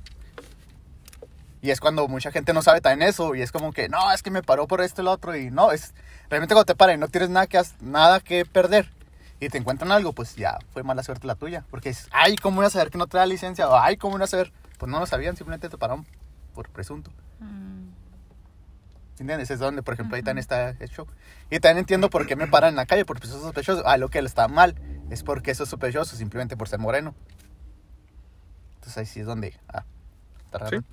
Speaker 1: Y es cuando mucha gente no sabe también eso. Y es como que, no, es que me paró por esto y lo otro. Y no, es realmente cuando te paran y no tienes nada que, has- nada que perder. y te encuentran algo, pues ya fue mala suerte la tuya. Porque es, ay, ¿cómo voy a saber que no trae licencia? O ay, ¿cómo voy a saber? Pues no lo sabían, simplemente te pararon por presunto. ¿Entiendes? Es donde, por ejemplo, ahí también está hecho. Y también entiendo por qué me paran en la calle, por presunto sospechoso. Ah, lo que él está mal es porque eso es sospechoso, simplemente por ser moreno. Entonces ahí sí es donde. Ah, está raro.
Speaker 3: Sí.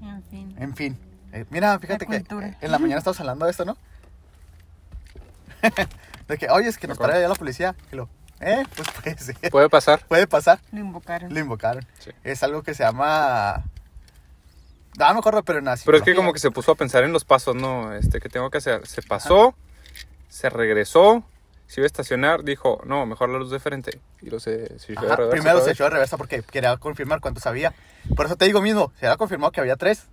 Speaker 2: En fin.
Speaker 1: En fin. Eh, mira, fíjate que
Speaker 2: cultura.
Speaker 1: eh, en la mañana estabas hablando de esto, ¿no? de que, oye, es que nos
Speaker 3: acuerdo.
Speaker 1: trae ya la policía. Y lo, eh, pues puede ser.
Speaker 3: Puede pasar.
Speaker 1: Puede pasar.
Speaker 2: Lo invocaron.
Speaker 1: Lo invocaron.
Speaker 3: Sí.
Speaker 1: Es algo que se llama. No, no me acuerdo, pero nació.
Speaker 3: Pero es que como que se puso a pensar en los pasos, ¿no? Este, que tengo que hacer? Se pasó, se regresó, se iba a estacionar, dijo, no, mejor la luz de frente. Y lo se, se echó de
Speaker 1: Ajá,
Speaker 3: reversa
Speaker 1: primero
Speaker 3: otra
Speaker 1: se
Speaker 3: vez.
Speaker 1: echó de reversa porque quería confirmar cuánto sabía. Por eso te digo mismo, se había confirmado que había tres.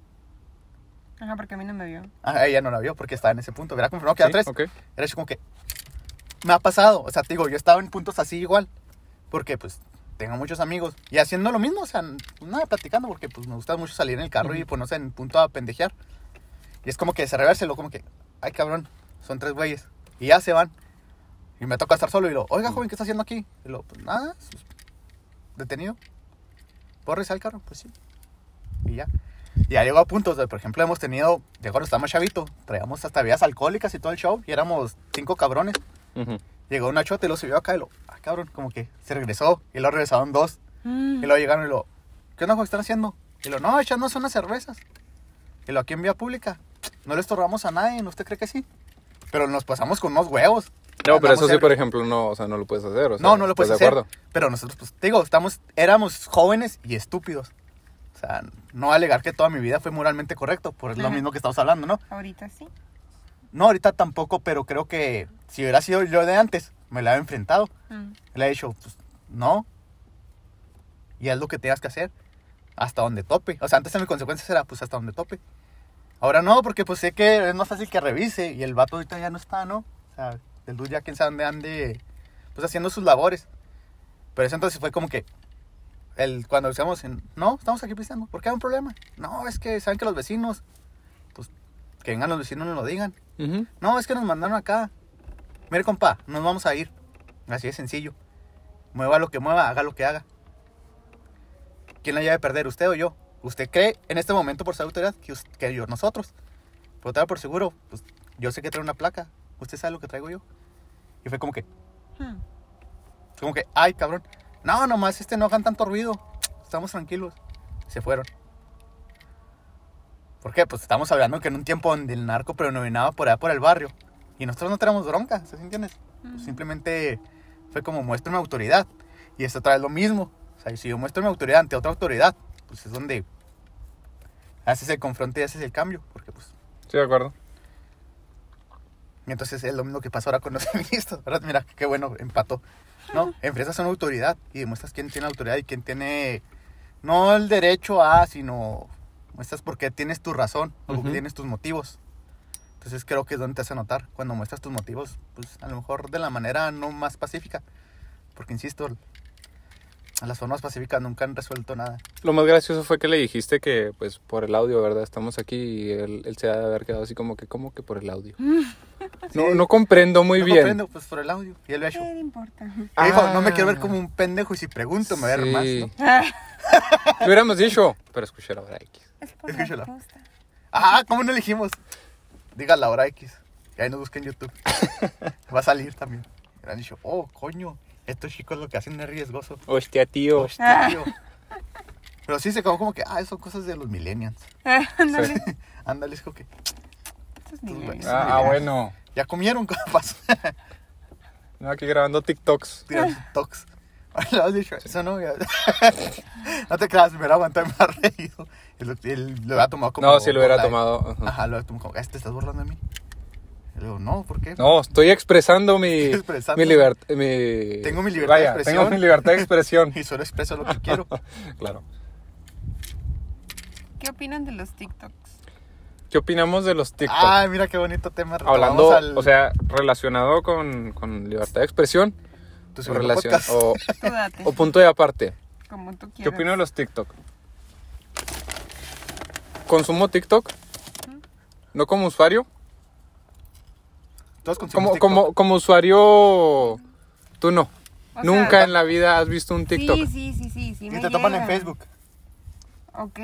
Speaker 2: Ajá, porque a mí no me vio.
Speaker 1: Ah, ella no la vio porque estaba en ese punto. Hubiera confirmado que
Speaker 3: Sí,
Speaker 1: había tres.
Speaker 3: ok.
Speaker 1: Era hecho como que. Me ha pasado. O sea, te digo, yo estaba en puntos así igual. Porque pues tengo muchos amigos. Y haciendo lo mismo, o sea, nada, platicando. Porque pues me gusta mucho salir en el carro y ponerse en punto a pendejear. Y es como que se reversa y luego como que. Ay, cabrón, son tres güeyes. Y ya se van. Y me toca estar solo y lo, oiga, joven, ¿qué está haciendo aquí? Y lo, pues nada, pues, detenido. ¿Puedo revisar el carro? Pues sí. Y ya. Y ya llegó a puntos de, por ejemplo, hemos tenido, de cuando estábamos chavito, traíamos hasta bebidas alcohólicas y todo el show, y éramos cinco cabrones.
Speaker 3: Ujú.
Speaker 1: Llegó una chota y lo subió acá y lo, ah, cabrón, como que se regresó, y lo regresaron dos, y
Speaker 2: Mm.
Speaker 1: luego llegaron y lo, ¿qué onda, joven, están haciendo? Y lo, no, echándose unas cervezas. Y lo, aquí en vía pública, no le estorbamos a nadie, ¿no usted cree que sí? Pero nos pasamos con unos huevos.
Speaker 3: No, pero eso sí, por
Speaker 1: ejemplo
Speaker 3: ejemplo, no, o sea, no lo puedes hacer. o sea,
Speaker 1: no, no lo
Speaker 3: ¿estás
Speaker 1: puedes
Speaker 3: de
Speaker 1: hacer.
Speaker 3: acuerdo?
Speaker 1: Pero nosotros, pues, te digo, estamos, éramos jóvenes y estúpidos. O sea, no alegar que toda mi vida fue moralmente correcto, por lo
Speaker 2: Ajá.
Speaker 1: mismo que estamos hablando, ¿no?
Speaker 2: Ahorita sí.
Speaker 1: No, ahorita tampoco, pero creo que si hubiera sido yo de antes, me la he enfrentado.
Speaker 2: Mm.
Speaker 1: Le he dicho, pues, no. Y es lo que tengas que hacer. Hasta donde tope. O sea, antes de mis consecuencias era, pues, hasta donde tope. Ahora no, porque pues sé que es más fácil que revise. Y el vato ahorita ya no está, ¿no? O sea, el dude ya quién sabe dónde ande, pues, haciendo sus labores. Pero eso entonces fue como que, el, cuando decíamos, en- no, estamos aquí pisteando, ¿por qué hay un problema? No, es que saben que los vecinos, pues, que vengan los vecinos y nos lo digan.
Speaker 3: Ujú.
Speaker 1: No, es que nos mandaron acá. Mire, compa, nos vamos a ir. Así de sencillo. Mueva lo que mueva, haga lo que haga. ¿Quién la lleva a perder, usted o yo? ¿Usted cree en este momento, por ser autoridad, que, us- que yo, nosotros? Pero te por seguro, pues yo sé que trae una placa. ¿Usted sabe lo que traigo yo? Y fue como que,
Speaker 2: Mm.
Speaker 1: como que, ay, cabrón. No, nomás este no hagan tanto ruido. Estamos tranquilos. Se fueron. ¿Por qué? Pues estamos hablando que en un tiempo donde el narco predominaba por allá por el barrio. Y nosotros no tenemos bronca, ¿sí entiendes? Pues, simplemente fue como muestra mi autoridad. Y esto otra vez lo mismo. O sea, si yo muestro mi autoridad ante otra autoridad, pues es donde haces el confronto y haces el cambio. Porque pues
Speaker 3: Sí, de acuerdo.
Speaker 1: y Entonces es lo mismo que pasa ahora con los feministas. ¿verdad? Mira, qué bueno, empató. No, enfrentas a una autoridad y demuestras quién tiene autoridad y quién tiene, no el derecho a, sino muestras porque tienes tu razón o porque
Speaker 3: Ujú.
Speaker 1: tienes tus motivos. Entonces creo que es donde te hace notar, cuando muestras tus motivos, pues a lo mejor de la manera no más pacífica. Porque insisto, las formas pacíficas nunca han resuelto nada.
Speaker 3: Lo más gracioso fue que le dijiste que, pues, por el audio, ¿verdad? Estamos aquí y él, él se ha de haber quedado así como que, ¿cómo que por el audio? No, no comprendo muy
Speaker 1: No
Speaker 3: bien. Eh.
Speaker 1: comprendo, pues por el audio. Y el bello.
Speaker 2: ¿Qué le importa?
Speaker 1: Y dijo, no me
Speaker 3: Ah.
Speaker 1: quiero ver como un pendejo y si pregunto me voy a ver más. ¿no?
Speaker 3: Sí. Lo hubiéramos dicho, pero escuchar ahora X.
Speaker 2: Es por
Speaker 1: Escúchala.
Speaker 2: la costa.
Speaker 1: Ah, ¿cómo no elegimos? Diga la hora X. Y ahí nos busca en YouTube. Va a salir también. Y han dicho, oh, coño, estos chicos lo que hacen es riesgoso.
Speaker 3: Hostia, tío.
Speaker 1: Hostia, tío. Pero sí se acabó como que, ah, son cosas de los millennials.
Speaker 2: Ah, Ándale.
Speaker 1: Ándale, es como que,
Speaker 2: Estos niños.
Speaker 1: Ah,
Speaker 3: Ah, ah, bueno.
Speaker 1: ya comieron, compas.
Speaker 3: No, aquí grabando TikToks.
Speaker 1: Tiran TikToks. Ahora le has dicho eso, ¿no? Ya. no te creas, me hubiera aguantado y me hubiera reído. Y lo- y lo hubiera tomado como.
Speaker 3: No, si lo hubiera
Speaker 1: burla, ¿eh?
Speaker 3: tomado. ajá.
Speaker 1: Ajá, lo hubiera tomado como, "Ah, ¿te estás burlando de mí? Y luego, no, ¿por qué?
Speaker 3: No, estoy expresando mi,
Speaker 1: Expresando.
Speaker 3: mi libertad. Mi...
Speaker 1: Tengo mi libertad de
Speaker 3: Eh, Vaya,
Speaker 1: expresión.
Speaker 3: Tengo mi libertad de expresión.
Speaker 1: Y solo expreso lo que quiero.
Speaker 3: claro.
Speaker 2: ¿Qué opinan de los TikToks?
Speaker 3: ¿Qué opinamos de los TikToks?
Speaker 1: Ay, Ah, mira qué bonito tema.
Speaker 3: Hablando,
Speaker 1: Vamos al-
Speaker 3: o sea, relacionado con, con libertad de expresión.
Speaker 1: tu
Speaker 3: O,
Speaker 1: segundo
Speaker 3: relación,
Speaker 1: Pues podcast.
Speaker 3: o,
Speaker 2: Tú date,
Speaker 3: o punto de aparte.
Speaker 2: como tú
Speaker 3: ¿Qué
Speaker 2: quieras.
Speaker 3: opino de los TikTok? ¿Consumo TikTok? No como usuario,
Speaker 1: Todos consumimos
Speaker 3: Como,
Speaker 1: TikTok.
Speaker 3: como, como usuario, tú no.
Speaker 2: sea,
Speaker 3: Nunca en la vida has visto un TikTok.
Speaker 2: Sí, sí, sí, sí. sí
Speaker 1: Y
Speaker 2: me
Speaker 1: te topan en
Speaker 2: llega.
Speaker 1: Facebook.
Speaker 2: Ok.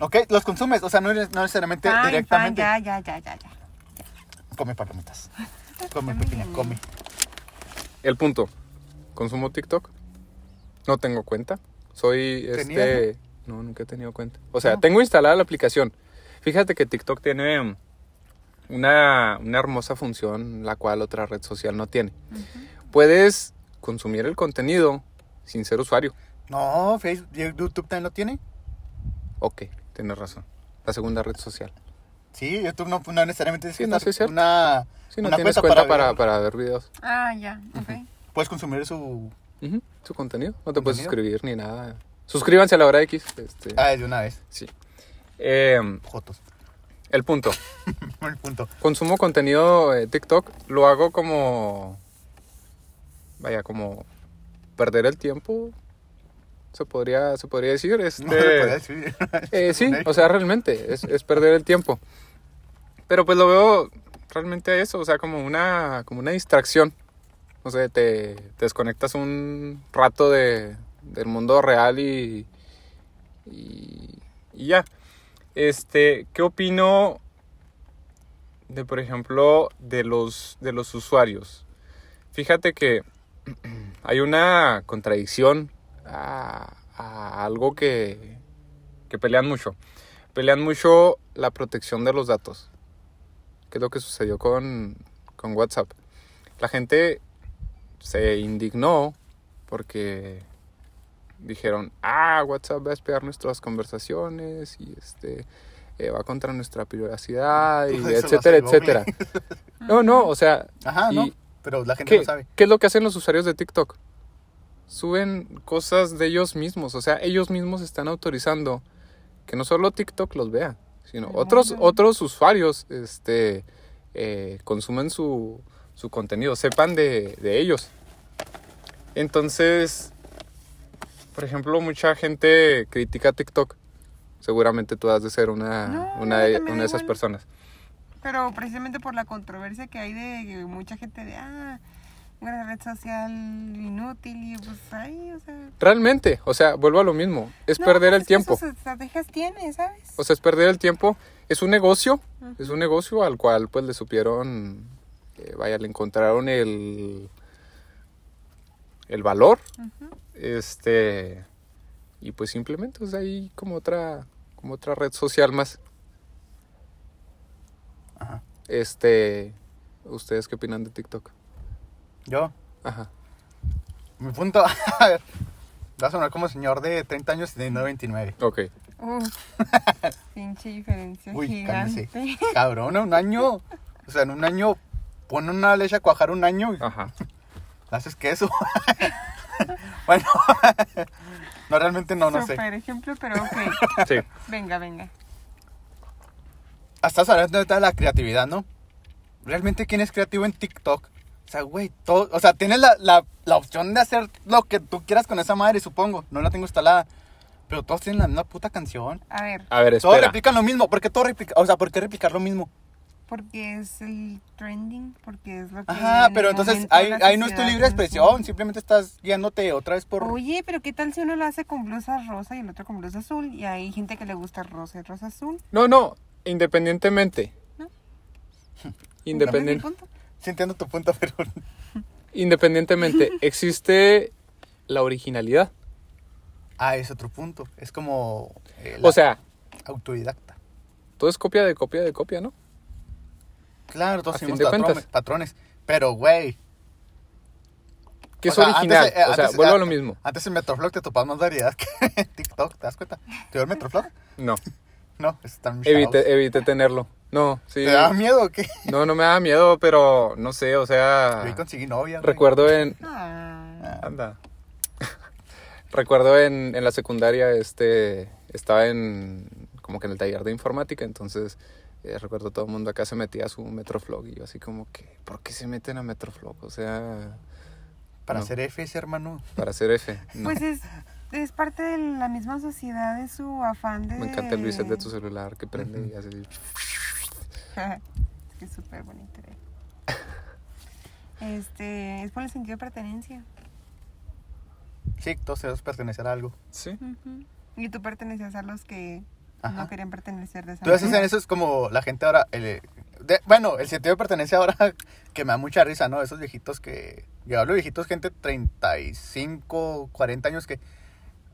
Speaker 1: ¿Ok? Los consumes, o sea, no, eres- no necesariamente
Speaker 2: Fine, fine,
Speaker 1: directamente.
Speaker 2: ya, ya, ya, ya, ya.
Speaker 1: Come palomitas. Come, pequeña, come.
Speaker 3: El punto. Consumo TikTok. No tengo cuenta. Soy
Speaker 1: ¿Tenías,
Speaker 3: este. No, nunca he tenido cuenta. O sea, tengo instalada la aplicación. Fíjate que TikTok tiene mm, una, una hermosa función, la cual otra red social no tiene. Puedes consumir el contenido sin ser usuario.
Speaker 1: No, Facebook, YouTube también lo tiene.
Speaker 3: Ok, tienes razón. La segunda red social.
Speaker 1: Sí, YouTube no, no necesariamente es
Speaker 3: Sí, no, sí es cierto.
Speaker 1: una,
Speaker 3: Si no
Speaker 1: una
Speaker 3: tienes cuenta, para,
Speaker 1: ver-
Speaker 3: para ver videos.
Speaker 2: Ah, ya, ok.
Speaker 1: Puedes consumir su...
Speaker 3: Ujú, Su contenido. No te puedes
Speaker 1: ¿Contenido?
Speaker 3: suscribir ni nada. Suscríbanse a la hora X. Este,
Speaker 1: Ah, de una vez.
Speaker 3: Sí. Em,
Speaker 1: Jotos.
Speaker 3: el punto.
Speaker 1: El punto.
Speaker 3: consumo contenido de TikTok, lo hago como. Vaya, como. Perder el tiempo. Se podría, se podría decir. Este,
Speaker 1: No lo podía decir.
Speaker 3: eh, sí, o sea, realmente. Es, es perder el tiempo. Pero pues lo veo realmente a eso, o sea, como una, como una distracción. No sé, te, te desconectas un rato de, del mundo real y, y, y ya. Este, ¿qué opino de, por ejemplo, de los, de los usuarios? Fíjate que hay una contradicción a, a algo que, que pelean mucho. Pelean mucho la protección de los datos. Que es lo que sucedió con, con WhatsApp. La gente se indignó porque dijeron, ah, WhatsApp va a espiar nuestras conversaciones y este eh, va contra nuestra privacidad, y
Speaker 1: Eso lo
Speaker 3: etcétera,
Speaker 1: hace Google.
Speaker 3: etcétera. No, no, o sea,
Speaker 1: Ajá, no.
Speaker 3: y-
Speaker 1: Pero la gente
Speaker 3: ¿Qué,
Speaker 1: no sabe.
Speaker 3: qué es lo que hacen los usuarios de TikTok? Suben cosas de ellos mismos, o sea, ellos mismos están autorizando que no solo TikTok los vea, sino otros, otros usuarios este, eh, consumen su, su contenido, sepan de, de ellos. Entonces, por ejemplo, mucha gente critica TikTok. Seguramente tú has de ser una,
Speaker 2: No,
Speaker 3: una
Speaker 2: no,
Speaker 3: de-
Speaker 2: también
Speaker 3: una de esas
Speaker 2: igual.
Speaker 3: personas.
Speaker 2: Pero precisamente por la controversia que hay de que mucha gente de, ah, una red social inútil y pues ahí, o sea...
Speaker 3: Realmente, o sea, vuelvo a lo mismo, es
Speaker 2: no,
Speaker 3: perder
Speaker 2: pues
Speaker 3: el tiempo.
Speaker 2: Sus estrategias tiene, ¿sabes?
Speaker 3: O sea, es perder el tiempo. Es un negocio. Es un negocio al cual pues le supieron, eh, vaya, le encontraron el, el valor. Este, y pues simplemente es ahí como otra, como otra red social más.
Speaker 1: Ajá.
Speaker 3: Este, ¿ustedes qué opinan de TikTok?
Speaker 1: Yo,
Speaker 3: Ajá.
Speaker 1: mi punto... a ver. Va a sonar como señor de 30 años y de 99.
Speaker 3: Ok.
Speaker 2: Uf, pinche diferencia
Speaker 1: Uy,
Speaker 2: gigante.
Speaker 1: cálmese. Cabrón, un año. O sea, en un año... Pon una leche a cuajar un año y
Speaker 3: Ajá.
Speaker 1: haces queso. bueno. no, realmente no, no sé.
Speaker 2: Super ejemplo, pero ok.
Speaker 3: Sí.
Speaker 2: venga, venga.
Speaker 1: Estás hablando ahorita de la creatividad, ¿no? ¿Realmente quién es creativo en TikTok? O sea, güey, todo... O sea, tienes la, la- la opción de hacer lo que tú quieras con esa madre, supongo. No la tengo instalada. Pero todos tienen la misma puta canción.
Speaker 2: A ver,
Speaker 3: A ver,
Speaker 1: Todos
Speaker 3: espera.
Speaker 1: replican lo mismo. ¿Por qué todos replican? O sea, ¿por qué replicar lo mismo?
Speaker 2: porque es el trending, porque es lo que...
Speaker 1: Ajá,
Speaker 2: en
Speaker 1: pero
Speaker 2: el
Speaker 1: entonces
Speaker 2: momento
Speaker 1: ahí,
Speaker 2: la
Speaker 1: ahí no es tu
Speaker 2: sociedad
Speaker 1: libre expresión.
Speaker 2: consume.
Speaker 1: Simplemente estás guiándote otra vez por...
Speaker 2: Oye, pero ¿qué tal si uno lo hace con blusa rosa y el otro con blusa azul? Y hay gente que le gusta rosa y rosa azul.
Speaker 3: No, no, independientemente.
Speaker 2: No.
Speaker 3: Independiente.
Speaker 2: Entonces, mi punto.
Speaker 1: Sí entiendo tu punto, pero...
Speaker 3: Independientemente, existe la originalidad.
Speaker 1: Ah, es otro punto. Es como... eh, la
Speaker 3: O sea,
Speaker 1: Autodidacta.
Speaker 3: todo es copia de copia de copia, ¿no?
Speaker 1: Claro, todos
Speaker 3: A fin
Speaker 1: tenemos
Speaker 3: de
Speaker 1: patrones,
Speaker 3: cuentas.
Speaker 1: patrones. Pero, güey... O
Speaker 3: Que es
Speaker 1: sea,
Speaker 3: original.
Speaker 1: antes, eh,
Speaker 3: o sea,
Speaker 1: antes,
Speaker 3: vuelvo a
Speaker 1: eh,
Speaker 3: lo mismo.
Speaker 1: Antes en Metroflog te topabas más variedad que en TikTok, ¿te das cuenta? ¿Te dio el Metroflog?
Speaker 3: No,
Speaker 1: No, están
Speaker 3: evite, evite tenerlo. No, sí.
Speaker 1: ¿Te daba miedo o qué?
Speaker 3: No, no me da miedo, pero no sé, o
Speaker 1: Yo ahí
Speaker 3: sea.
Speaker 1: conseguí novia. güey.
Speaker 3: Ah. Recuerdo en.
Speaker 2: Ah,
Speaker 3: Anda. Recuerdo en, en la secundaria, este, estaba en, como que en el taller de informática, entonces eh, recuerdo todo el mundo acá se metía a su Metroflog y yo así como que, ¿por qué se meten a Metroflog? O sea,
Speaker 1: Para
Speaker 3: No.
Speaker 1: ser FS, hermano.
Speaker 3: para hacer F. no.
Speaker 2: Pues es, es parte de la misma sociedad, de su afán de...
Speaker 3: Me encanta el reset de tu celular que prende y hace...
Speaker 2: es que es súper bonito. ¿eh? Este, es por el sentido de pertenencia.
Speaker 1: Sí, todos debemos pertenecer a algo.
Speaker 3: Sí.
Speaker 2: Y tú pertenecías a los que
Speaker 1: Ajá.
Speaker 2: no querían pertenecer de esa
Speaker 1: Entonces,
Speaker 2: manera.
Speaker 1: eso es como la gente ahora. el, eh, de- bueno, el sentido de pertenencia ahora que me da mucha risa, ¿no? Esos viejitos que. Yo hablo de viejitos, gente 35, 40 años que.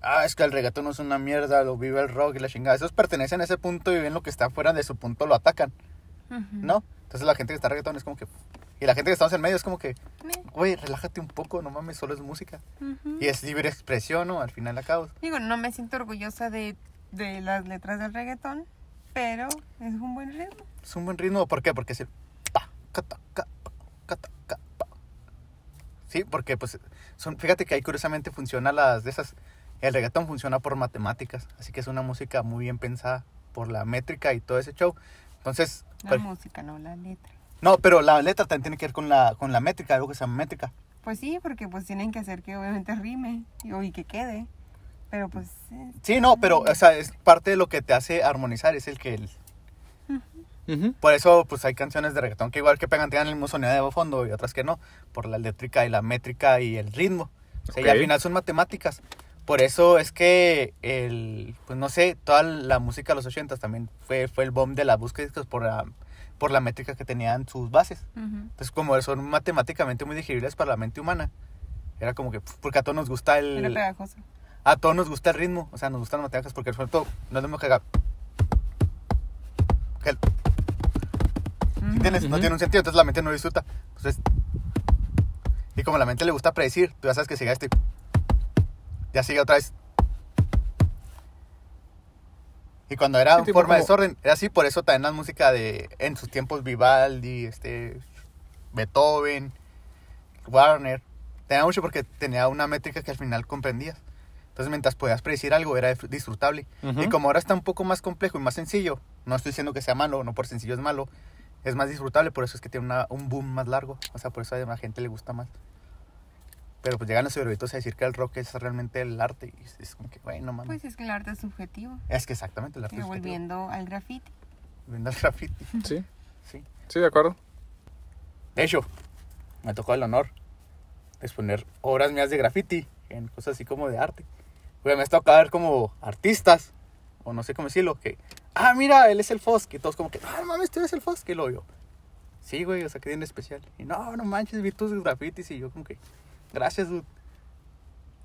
Speaker 1: Ah, es que el reggaetón no es una mierda, lo vive el rock y la chingada. Esos pertenecen a ese punto y ven lo que está fuera de su punto, lo atacan,
Speaker 2: Ujú.
Speaker 1: ¿no? Entonces, la gente que está en reggaetón es como que. Y la gente que estamos en medio es como que.
Speaker 2: Eh,
Speaker 1: Güey, relájate un poco, no mames, solo es música.
Speaker 2: ujú.
Speaker 1: Y es libre expresión, ¿no? Al final acabo.
Speaker 2: Digo, no me siento orgullosa de, de las letras del reggaetón, pero es un buen ritmo.
Speaker 1: Es un buen ritmo, ¿por qué? Porque es el pa, cata, ca, pa, cata, ca, pa. Sí, porque pues son, fíjate que ahí curiosamente funciona las de esas, el reggaetón funciona por matemáticas, así que es una música muy bien pensada por la métrica y todo ese show. Entonces,
Speaker 2: La
Speaker 1: pues,
Speaker 2: música, no la letra.
Speaker 1: no, pero la letra también tiene que ver con la, con la métrica, algo que se llama métrica.
Speaker 2: Pues sí, porque pues tienen que hacer que obviamente rime y, o- y que quede. Pero pues eh,
Speaker 1: Sí, no, pero o sea, es parte de lo que te hace armonizar, es el que... el- por eso, pues hay canciones de reggaetón que igual que pegan, tengan el mismo sonido de fondo y otras que no, por la eléctrica y la métrica y el ritmo. O sea, y al
Speaker 3: Ok.
Speaker 1: final son matemáticas. Por eso es que, el, pues no sé, toda la música de los 80 también fue, fue el boom de la búsqueda de discos por la, por la métrica que tenían sus bases.
Speaker 2: ujú,
Speaker 1: Entonces, como son matemáticamente muy digeribles para la mente humana, era como que, pf, porque a todos nos gusta el
Speaker 2: era pegajoso.
Speaker 1: a todos nos gusta el ritmo, o sea, nos gustan las matemáticas porque el suelto no es lo mismo que haga. que el- ¿Entiendes? No
Speaker 3: Ujú.
Speaker 1: tiene un sentido, entonces la mente no disfruta. Entonces, y como la mente le gusta predecir, tú ya sabes que sigue este. Ya sigue otra vez. Y cuando era
Speaker 3: Sí,
Speaker 1: en
Speaker 3: tipo
Speaker 1: forma de
Speaker 3: como-
Speaker 1: desorden, era así, por eso también la música de en sus tiempos Vivaldi, este Beethoven, Warner, tenía mucho porque tenía una métrica que al final comprendías. Entonces, mientras podías predecir algo, era dif- disfrutable.
Speaker 3: Ujú.
Speaker 1: Y como ahora está un poco más complejo y más sencillo, no estoy diciendo que sea malo, no por sencillo es malo, es más disfrutable, por eso es que tiene una- un boom más largo. O sea, por eso a la gente le gusta más. Pero pues llegan los cerebritos a decir que el rock es realmente el arte. Y es- es como que, güey, no mames.
Speaker 2: Pues es que el arte es subjetivo.
Speaker 1: es que exactamente el arte
Speaker 2: Y
Speaker 1: es subjetivo.
Speaker 2: volviendo al graffiti.
Speaker 1: Volviendo al graffiti.
Speaker 3: Sí,
Speaker 1: Sí.
Speaker 3: sí, de acuerdo.
Speaker 1: De hecho, me tocó el honor de exponer obras mías de graffiti en cosas así como de arte. Porque me has tocado ver como artistas, o no sé cómo decirlo, que, ah, mira, él es el Fosk. Y todos como que, ah, no mames, tú eres el Fosk. Y lo yo, sí, güey, o sea, que tiene de especial. Y no, no manches, vi tus graffitis. Y yo, como que, gracias, dude.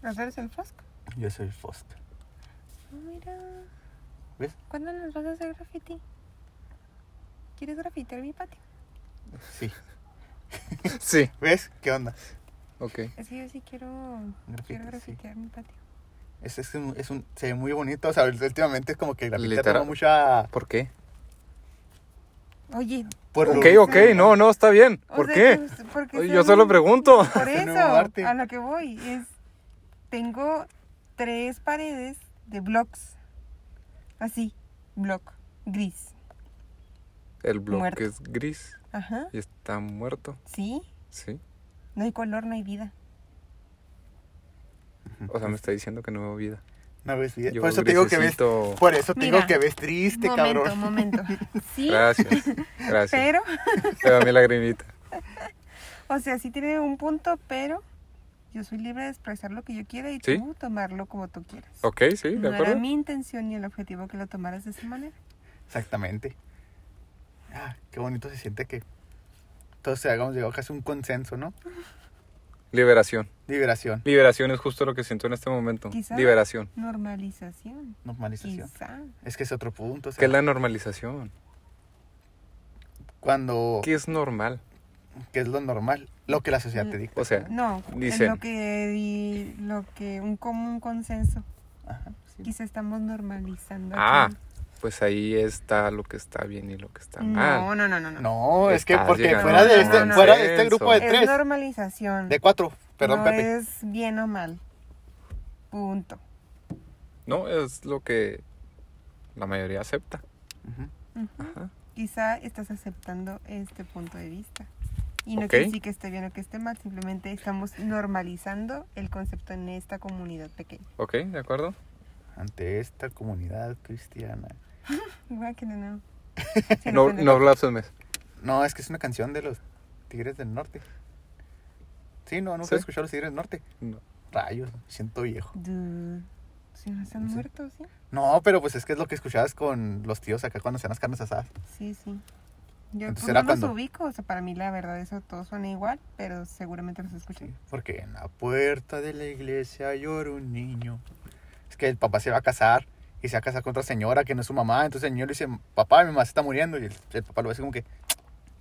Speaker 2: ¿Los eres el frasco?
Speaker 1: Yo soy el Fosk.
Speaker 2: Ah, mira.
Speaker 1: ¿Ves?
Speaker 2: ¿Cuándo nos vas a hacer graffiti? ¿Quieres grafitear mi patio?
Speaker 1: Sí.
Speaker 3: Sí,
Speaker 1: ¿Ves? ¿Qué onda?
Speaker 3: ok.
Speaker 2: Es que yo sí quiero,
Speaker 1: Grafiti,
Speaker 2: quiero
Speaker 1: sí.
Speaker 2: grafitear mi patio.
Speaker 1: Es, es un, es un- se ve muy bonito. O sea, últimamente es como que el graffiti
Speaker 3: Literal.
Speaker 1: toma mucha.
Speaker 3: ¿Por qué?
Speaker 2: Oye,
Speaker 1: Por
Speaker 3: Ok, ok, no, no, está bien.
Speaker 2: o
Speaker 3: ¿Por
Speaker 2: sea,
Speaker 3: qué?
Speaker 2: pues, porque
Speaker 3: Oye,
Speaker 2: soy
Speaker 3: yo solo
Speaker 2: un-
Speaker 3: pregunto.
Speaker 2: Por
Speaker 1: Este
Speaker 2: eso,
Speaker 1: nuevo arte.
Speaker 2: a lo que voy es, tengo tres paredes de blocks, así, block, gris,
Speaker 3: El bloque
Speaker 2: Muerto.
Speaker 3: es gris
Speaker 2: ajá,
Speaker 3: y está muerto,
Speaker 2: sí,
Speaker 3: sí.
Speaker 2: no hay color, no hay vida.
Speaker 3: O sea, me está diciendo que no veo vida.
Speaker 1: No ves bien.
Speaker 3: Yo
Speaker 1: Por eso te digo que ves.
Speaker 3: grisecito.
Speaker 1: Por eso te digo
Speaker 2: Mira.
Speaker 1: que ves triste,
Speaker 2: momento,
Speaker 1: cabrón.
Speaker 2: momento, sí,
Speaker 3: Gracias, gracias.
Speaker 2: pero,
Speaker 3: Te da mi lagrimita.
Speaker 2: o sea, sí tiene un punto, pero yo soy libre de expresar lo que yo quiera y
Speaker 3: Sí.
Speaker 2: tú tomarlo como tú quieras.
Speaker 3: Ok, sí, de
Speaker 2: No era
Speaker 3: acuerdo.
Speaker 2: mi intención ni el objetivo que lo tomaras de esa manera.
Speaker 1: Exactamente. Ah, qué bonito se siente que todos hagamos llegado casi a un consenso, ¿no?
Speaker 3: Liberación.
Speaker 1: Liberación,
Speaker 3: Liberación es justo lo que siento en este momento.
Speaker 2: Quizá.
Speaker 3: Liberación.
Speaker 2: Normalización,
Speaker 1: normalización.
Speaker 2: quizá.
Speaker 1: Es que es otro punto. o sea,
Speaker 3: ¿Qué es la normalización?
Speaker 1: Cuando,
Speaker 3: ¿Qué es normal?
Speaker 1: que es lo normal, lo que la
Speaker 2: Mm.
Speaker 1: sociedad te dicta.
Speaker 3: O sea,
Speaker 2: No,
Speaker 3: Dicen.
Speaker 2: en lo que di- lo que un común consenso.
Speaker 1: Ajá, sí.
Speaker 2: Quizá estamos normalizando.
Speaker 3: ah,
Speaker 2: aquí.
Speaker 3: pues ahí está lo que está bien y lo que está
Speaker 2: no,
Speaker 3: mal.
Speaker 2: no, no, no, no.
Speaker 1: No, es que
Speaker 3: Estás
Speaker 1: porque
Speaker 3: llegando
Speaker 1: fuera
Speaker 2: a
Speaker 1: de,
Speaker 2: un
Speaker 1: este,
Speaker 2: consenso.
Speaker 1: fuera de este grupo de
Speaker 2: es
Speaker 1: tres,
Speaker 2: normalización.
Speaker 1: de cuatro, perdón,
Speaker 2: no
Speaker 1: Pepe.
Speaker 2: es bien o mal. Punto.
Speaker 3: No, es lo que la mayoría acepta.
Speaker 1: Ujú.
Speaker 2: Ujú.
Speaker 3: Ajá.
Speaker 2: Quizá estás aceptando este punto de vista. Y no
Speaker 3: Ok.
Speaker 2: quiere decir que esté bien o que esté mal, simplemente estamos normalizando el concepto en esta comunidad pequeña.
Speaker 3: Ok, de acuerdo.
Speaker 1: Ante esta comunidad cristiana.
Speaker 2: Igual que no. Se
Speaker 3: No,
Speaker 2: ofende.
Speaker 3: no blasfemes.
Speaker 1: No, es que es una canción de los Tigres del Norte. Sí, no, nunca
Speaker 3: Sí.
Speaker 1: he escuchado los tigres del norte.
Speaker 3: No.
Speaker 1: Rayos, siento viejo.
Speaker 2: Dude. Si no están
Speaker 1: Sí.
Speaker 2: muertos, ¿sí?
Speaker 1: No, pero pues es que es lo que escuchabas con los tíos acá cuando hacían las carnes asadas.
Speaker 2: Sí, sí. Yo
Speaker 1: Entonces
Speaker 2: pues,
Speaker 1: era
Speaker 2: no
Speaker 1: cuando-
Speaker 2: los ubico, o sea, para mí la verdad eso todo suena igual, pero seguramente los escuché.
Speaker 1: Porque en la puerta de la iglesia llora un niño. Es que el papá se va a casar y se va a casar con otra señora que no es su mamá. Entonces el niño le dice, papá, mi mamá se está muriendo. Y el, el papá lo ve así como que,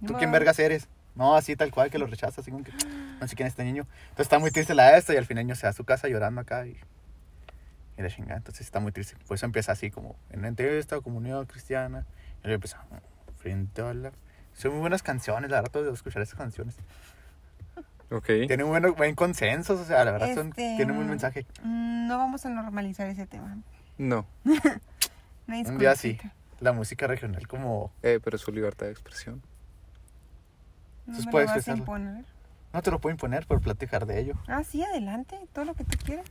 Speaker 1: ¿tú quién vergas eres? No, así tal cual, que lo rechaza, así como que, no sé quién es este niño. Entonces está muy triste la esta y al final el niño se va a su casa llorando acá y, y la chingada. Entonces está muy triste. Por eso empieza así como, en entre esta comunidad cristiana. Y luego empieza, "Ah, frente a la... Son muy buenas canciones, la verdad, de escuchar esas canciones.
Speaker 3: Ok.
Speaker 1: Tienen buen, buen consenso, o sea, la verdad son,
Speaker 2: Este,
Speaker 1: tienen buen
Speaker 2: mm,
Speaker 1: mensaje.
Speaker 2: mm, No vamos a normalizar ese tema.
Speaker 3: No.
Speaker 2: Una
Speaker 1: Un día sí,
Speaker 2: disculpita.
Speaker 1: la música regional como...
Speaker 3: Eh, pero es su libertad de expresión.
Speaker 2: No
Speaker 1: Entonces
Speaker 2: me lo
Speaker 1: puedes
Speaker 2: vas a
Speaker 1: expresarlo.
Speaker 2: imponer.
Speaker 1: No te lo puedo imponer, pero platicar de ello.
Speaker 2: Ah, sí, adelante, todo lo que tú quieras.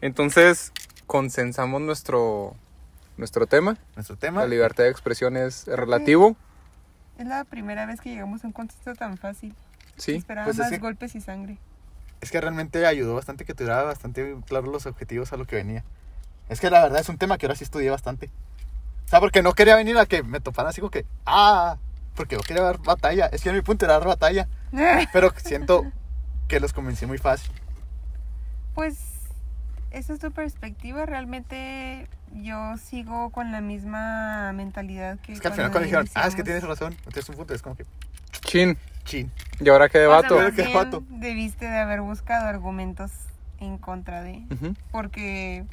Speaker 3: Entonces, consensamos nuestro, nuestro tema.
Speaker 1: Nuestro tema,
Speaker 3: La libertad de expresión es relativo.
Speaker 2: Es la primera vez que llegamos a un contexto tan fácil.
Speaker 3: Sí.
Speaker 2: Esperaba
Speaker 1: pues es
Speaker 2: más
Speaker 1: que-
Speaker 2: golpes y sangre.
Speaker 1: es que realmente ayudó bastante que tuviera bastante claro los objetivos a lo que venía. Es que la verdad es un tema que ahora sí estudié bastante. O sea, porque no quería venir a que me toparan así como que, ah, porque yo quería dar batalla. Es que mi punto era dar batalla, pero siento que los convencí muy fácil.
Speaker 2: Pues esa es tu perspectiva. Realmente yo sigo con la misma mentalidad que.
Speaker 1: Es que al final cuando dijeron, ah, es que tienes razón, tienes un punto, es como que,
Speaker 3: Chin.
Speaker 1: chin.
Speaker 3: ¿Y ahora qué debato?
Speaker 2: debato.
Speaker 1: Pero qué vato.
Speaker 2: Debiste de haber buscado argumentos en contra de.
Speaker 3: Ujú.
Speaker 2: Porque.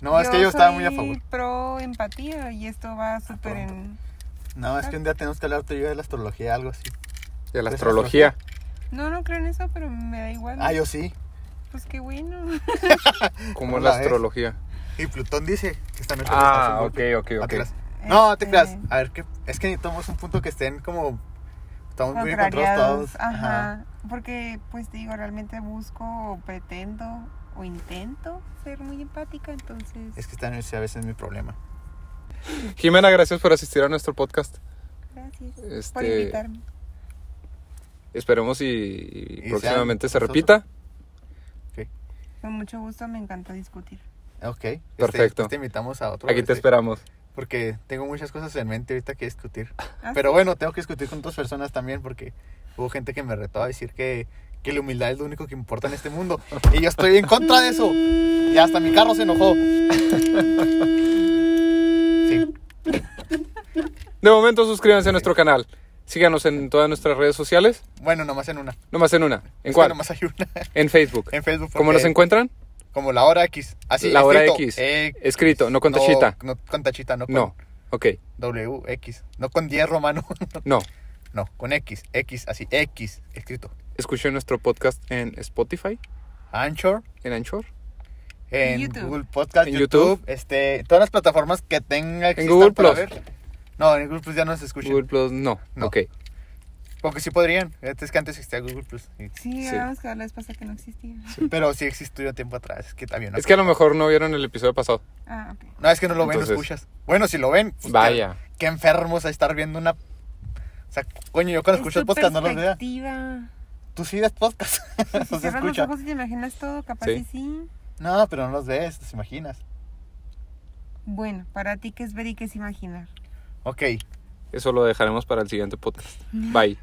Speaker 1: No, es que yo estaba muy a
Speaker 2: soy
Speaker 1: favor. Ah,
Speaker 2: pro empatía y esto va súper en.
Speaker 1: No, es que un día tenemos que hablar tú y yo de la astrología, algo así.
Speaker 3: De la
Speaker 1: Pues,
Speaker 3: astrología.
Speaker 2: No, no creo en eso, pero me da igual.
Speaker 1: Ah, yo sí.
Speaker 2: Pues qué bueno.
Speaker 3: ¿Cómo es
Speaker 1: ¿Cómo la
Speaker 3: la
Speaker 1: ves?
Speaker 3: astrología?
Speaker 1: Y Plutón dice que están en
Speaker 3: Ah, ok, ok, ok.
Speaker 1: No, no te
Speaker 2: Este-
Speaker 1: creas. Ah, A ver, ¿qué? es que necesitamos un punto que estén como. Estamos muy encontrados
Speaker 2: Contrariados.
Speaker 1: todos.
Speaker 2: Ajá. Porque, pues te digo, realmente busco o pretendo o intento ser muy empática, entonces.
Speaker 1: Es que esta universidad a veces es mi problema.
Speaker 3: Jimena, gracias por asistir a nuestro podcast.
Speaker 2: Gracias por
Speaker 3: Este,
Speaker 2: invitarme.
Speaker 3: esperemos y, y
Speaker 1: Y sean
Speaker 3: próximamente se
Speaker 1: nosotros.
Speaker 3: repita.
Speaker 2: Con mucho gusto, me encanta discutir.
Speaker 1: Ok. este,
Speaker 3: Perfecto.
Speaker 1: pues te invitamos a otro.
Speaker 3: Aquí te
Speaker 1: este,
Speaker 3: esperamos.
Speaker 1: Porque tengo muchas cosas en mente ahorita que discutir.
Speaker 2: Ah,
Speaker 1: Pero bueno, tengo que discutir con otras personas también porque hubo gente que me retó a decir que, que la humildad es lo único que importa en este mundo. Y yo estoy en contra de eso. Y hasta mi carro se enojó. Sí.
Speaker 3: De momento, suscríbanse a nuestro canal. Síganos en todas nuestras redes sociales.
Speaker 1: Bueno, nomás en una.
Speaker 3: Nomás en una. ¿En
Speaker 1: Es que
Speaker 3: cuál?
Speaker 1: Nomás hay una.
Speaker 3: En Facebook.
Speaker 1: En Facebook.
Speaker 3: ¿Cómo nos
Speaker 1: porque-
Speaker 3: encuentran?
Speaker 1: Como la hora X. Así,
Speaker 3: la hora
Speaker 1: escrito,
Speaker 3: X.
Speaker 1: eh,
Speaker 3: Escrito, no con tachita.
Speaker 1: No, con tachita, no con
Speaker 3: No. Ok.
Speaker 1: WX. No con 10 romano.
Speaker 3: No.
Speaker 1: no, con X. X, así, X, escrito.
Speaker 3: Escuchen nuestro podcast en Spotify,
Speaker 1: Anchor,
Speaker 3: en Anchor.
Speaker 1: en
Speaker 2: YouTube.
Speaker 1: Google Podcast,
Speaker 3: En
Speaker 1: YouTube,
Speaker 3: YouTube.
Speaker 1: este, todas las plataformas que tenga existan
Speaker 3: Google
Speaker 1: para
Speaker 3: Plus.
Speaker 1: ver. No, en Google Plus ya no se escucha.
Speaker 3: Google Plus, no.
Speaker 1: No.
Speaker 3: Ok.
Speaker 1: Porque sí podrían. Este, Es que antes existía Google Plus. y-
Speaker 2: Sí,
Speaker 3: Sí.
Speaker 2: habíamos que hablar pasa que no existía.
Speaker 1: Pero sí existió tiempo atrás. Es que también. No,
Speaker 3: Es que a lo mejor no vieron el episodio pasado.
Speaker 2: Ah, ok.
Speaker 1: no, es que no lo ven,
Speaker 3: Entonces-
Speaker 1: lo escuchas. Bueno, si lo ven. pues,
Speaker 3: Vaya.
Speaker 1: Qué, qué enfermos a estar viendo una. O sea, coño, yo cuando escucho el podcast no los veo.
Speaker 2: perspectiva.
Speaker 1: Tú sí ves podcast.
Speaker 2: Si
Speaker 1: no se
Speaker 2: cierras los
Speaker 1: escucha.
Speaker 2: ojos y te imaginas todo, capaz
Speaker 3: Sí.
Speaker 2: que sí.
Speaker 1: No, pero no los ves, te imaginas.
Speaker 2: Bueno, para ti, ¿qué es ver y qué es imaginar?
Speaker 1: Ok.
Speaker 3: Eso lo dejaremos para el siguiente podcast. Bye.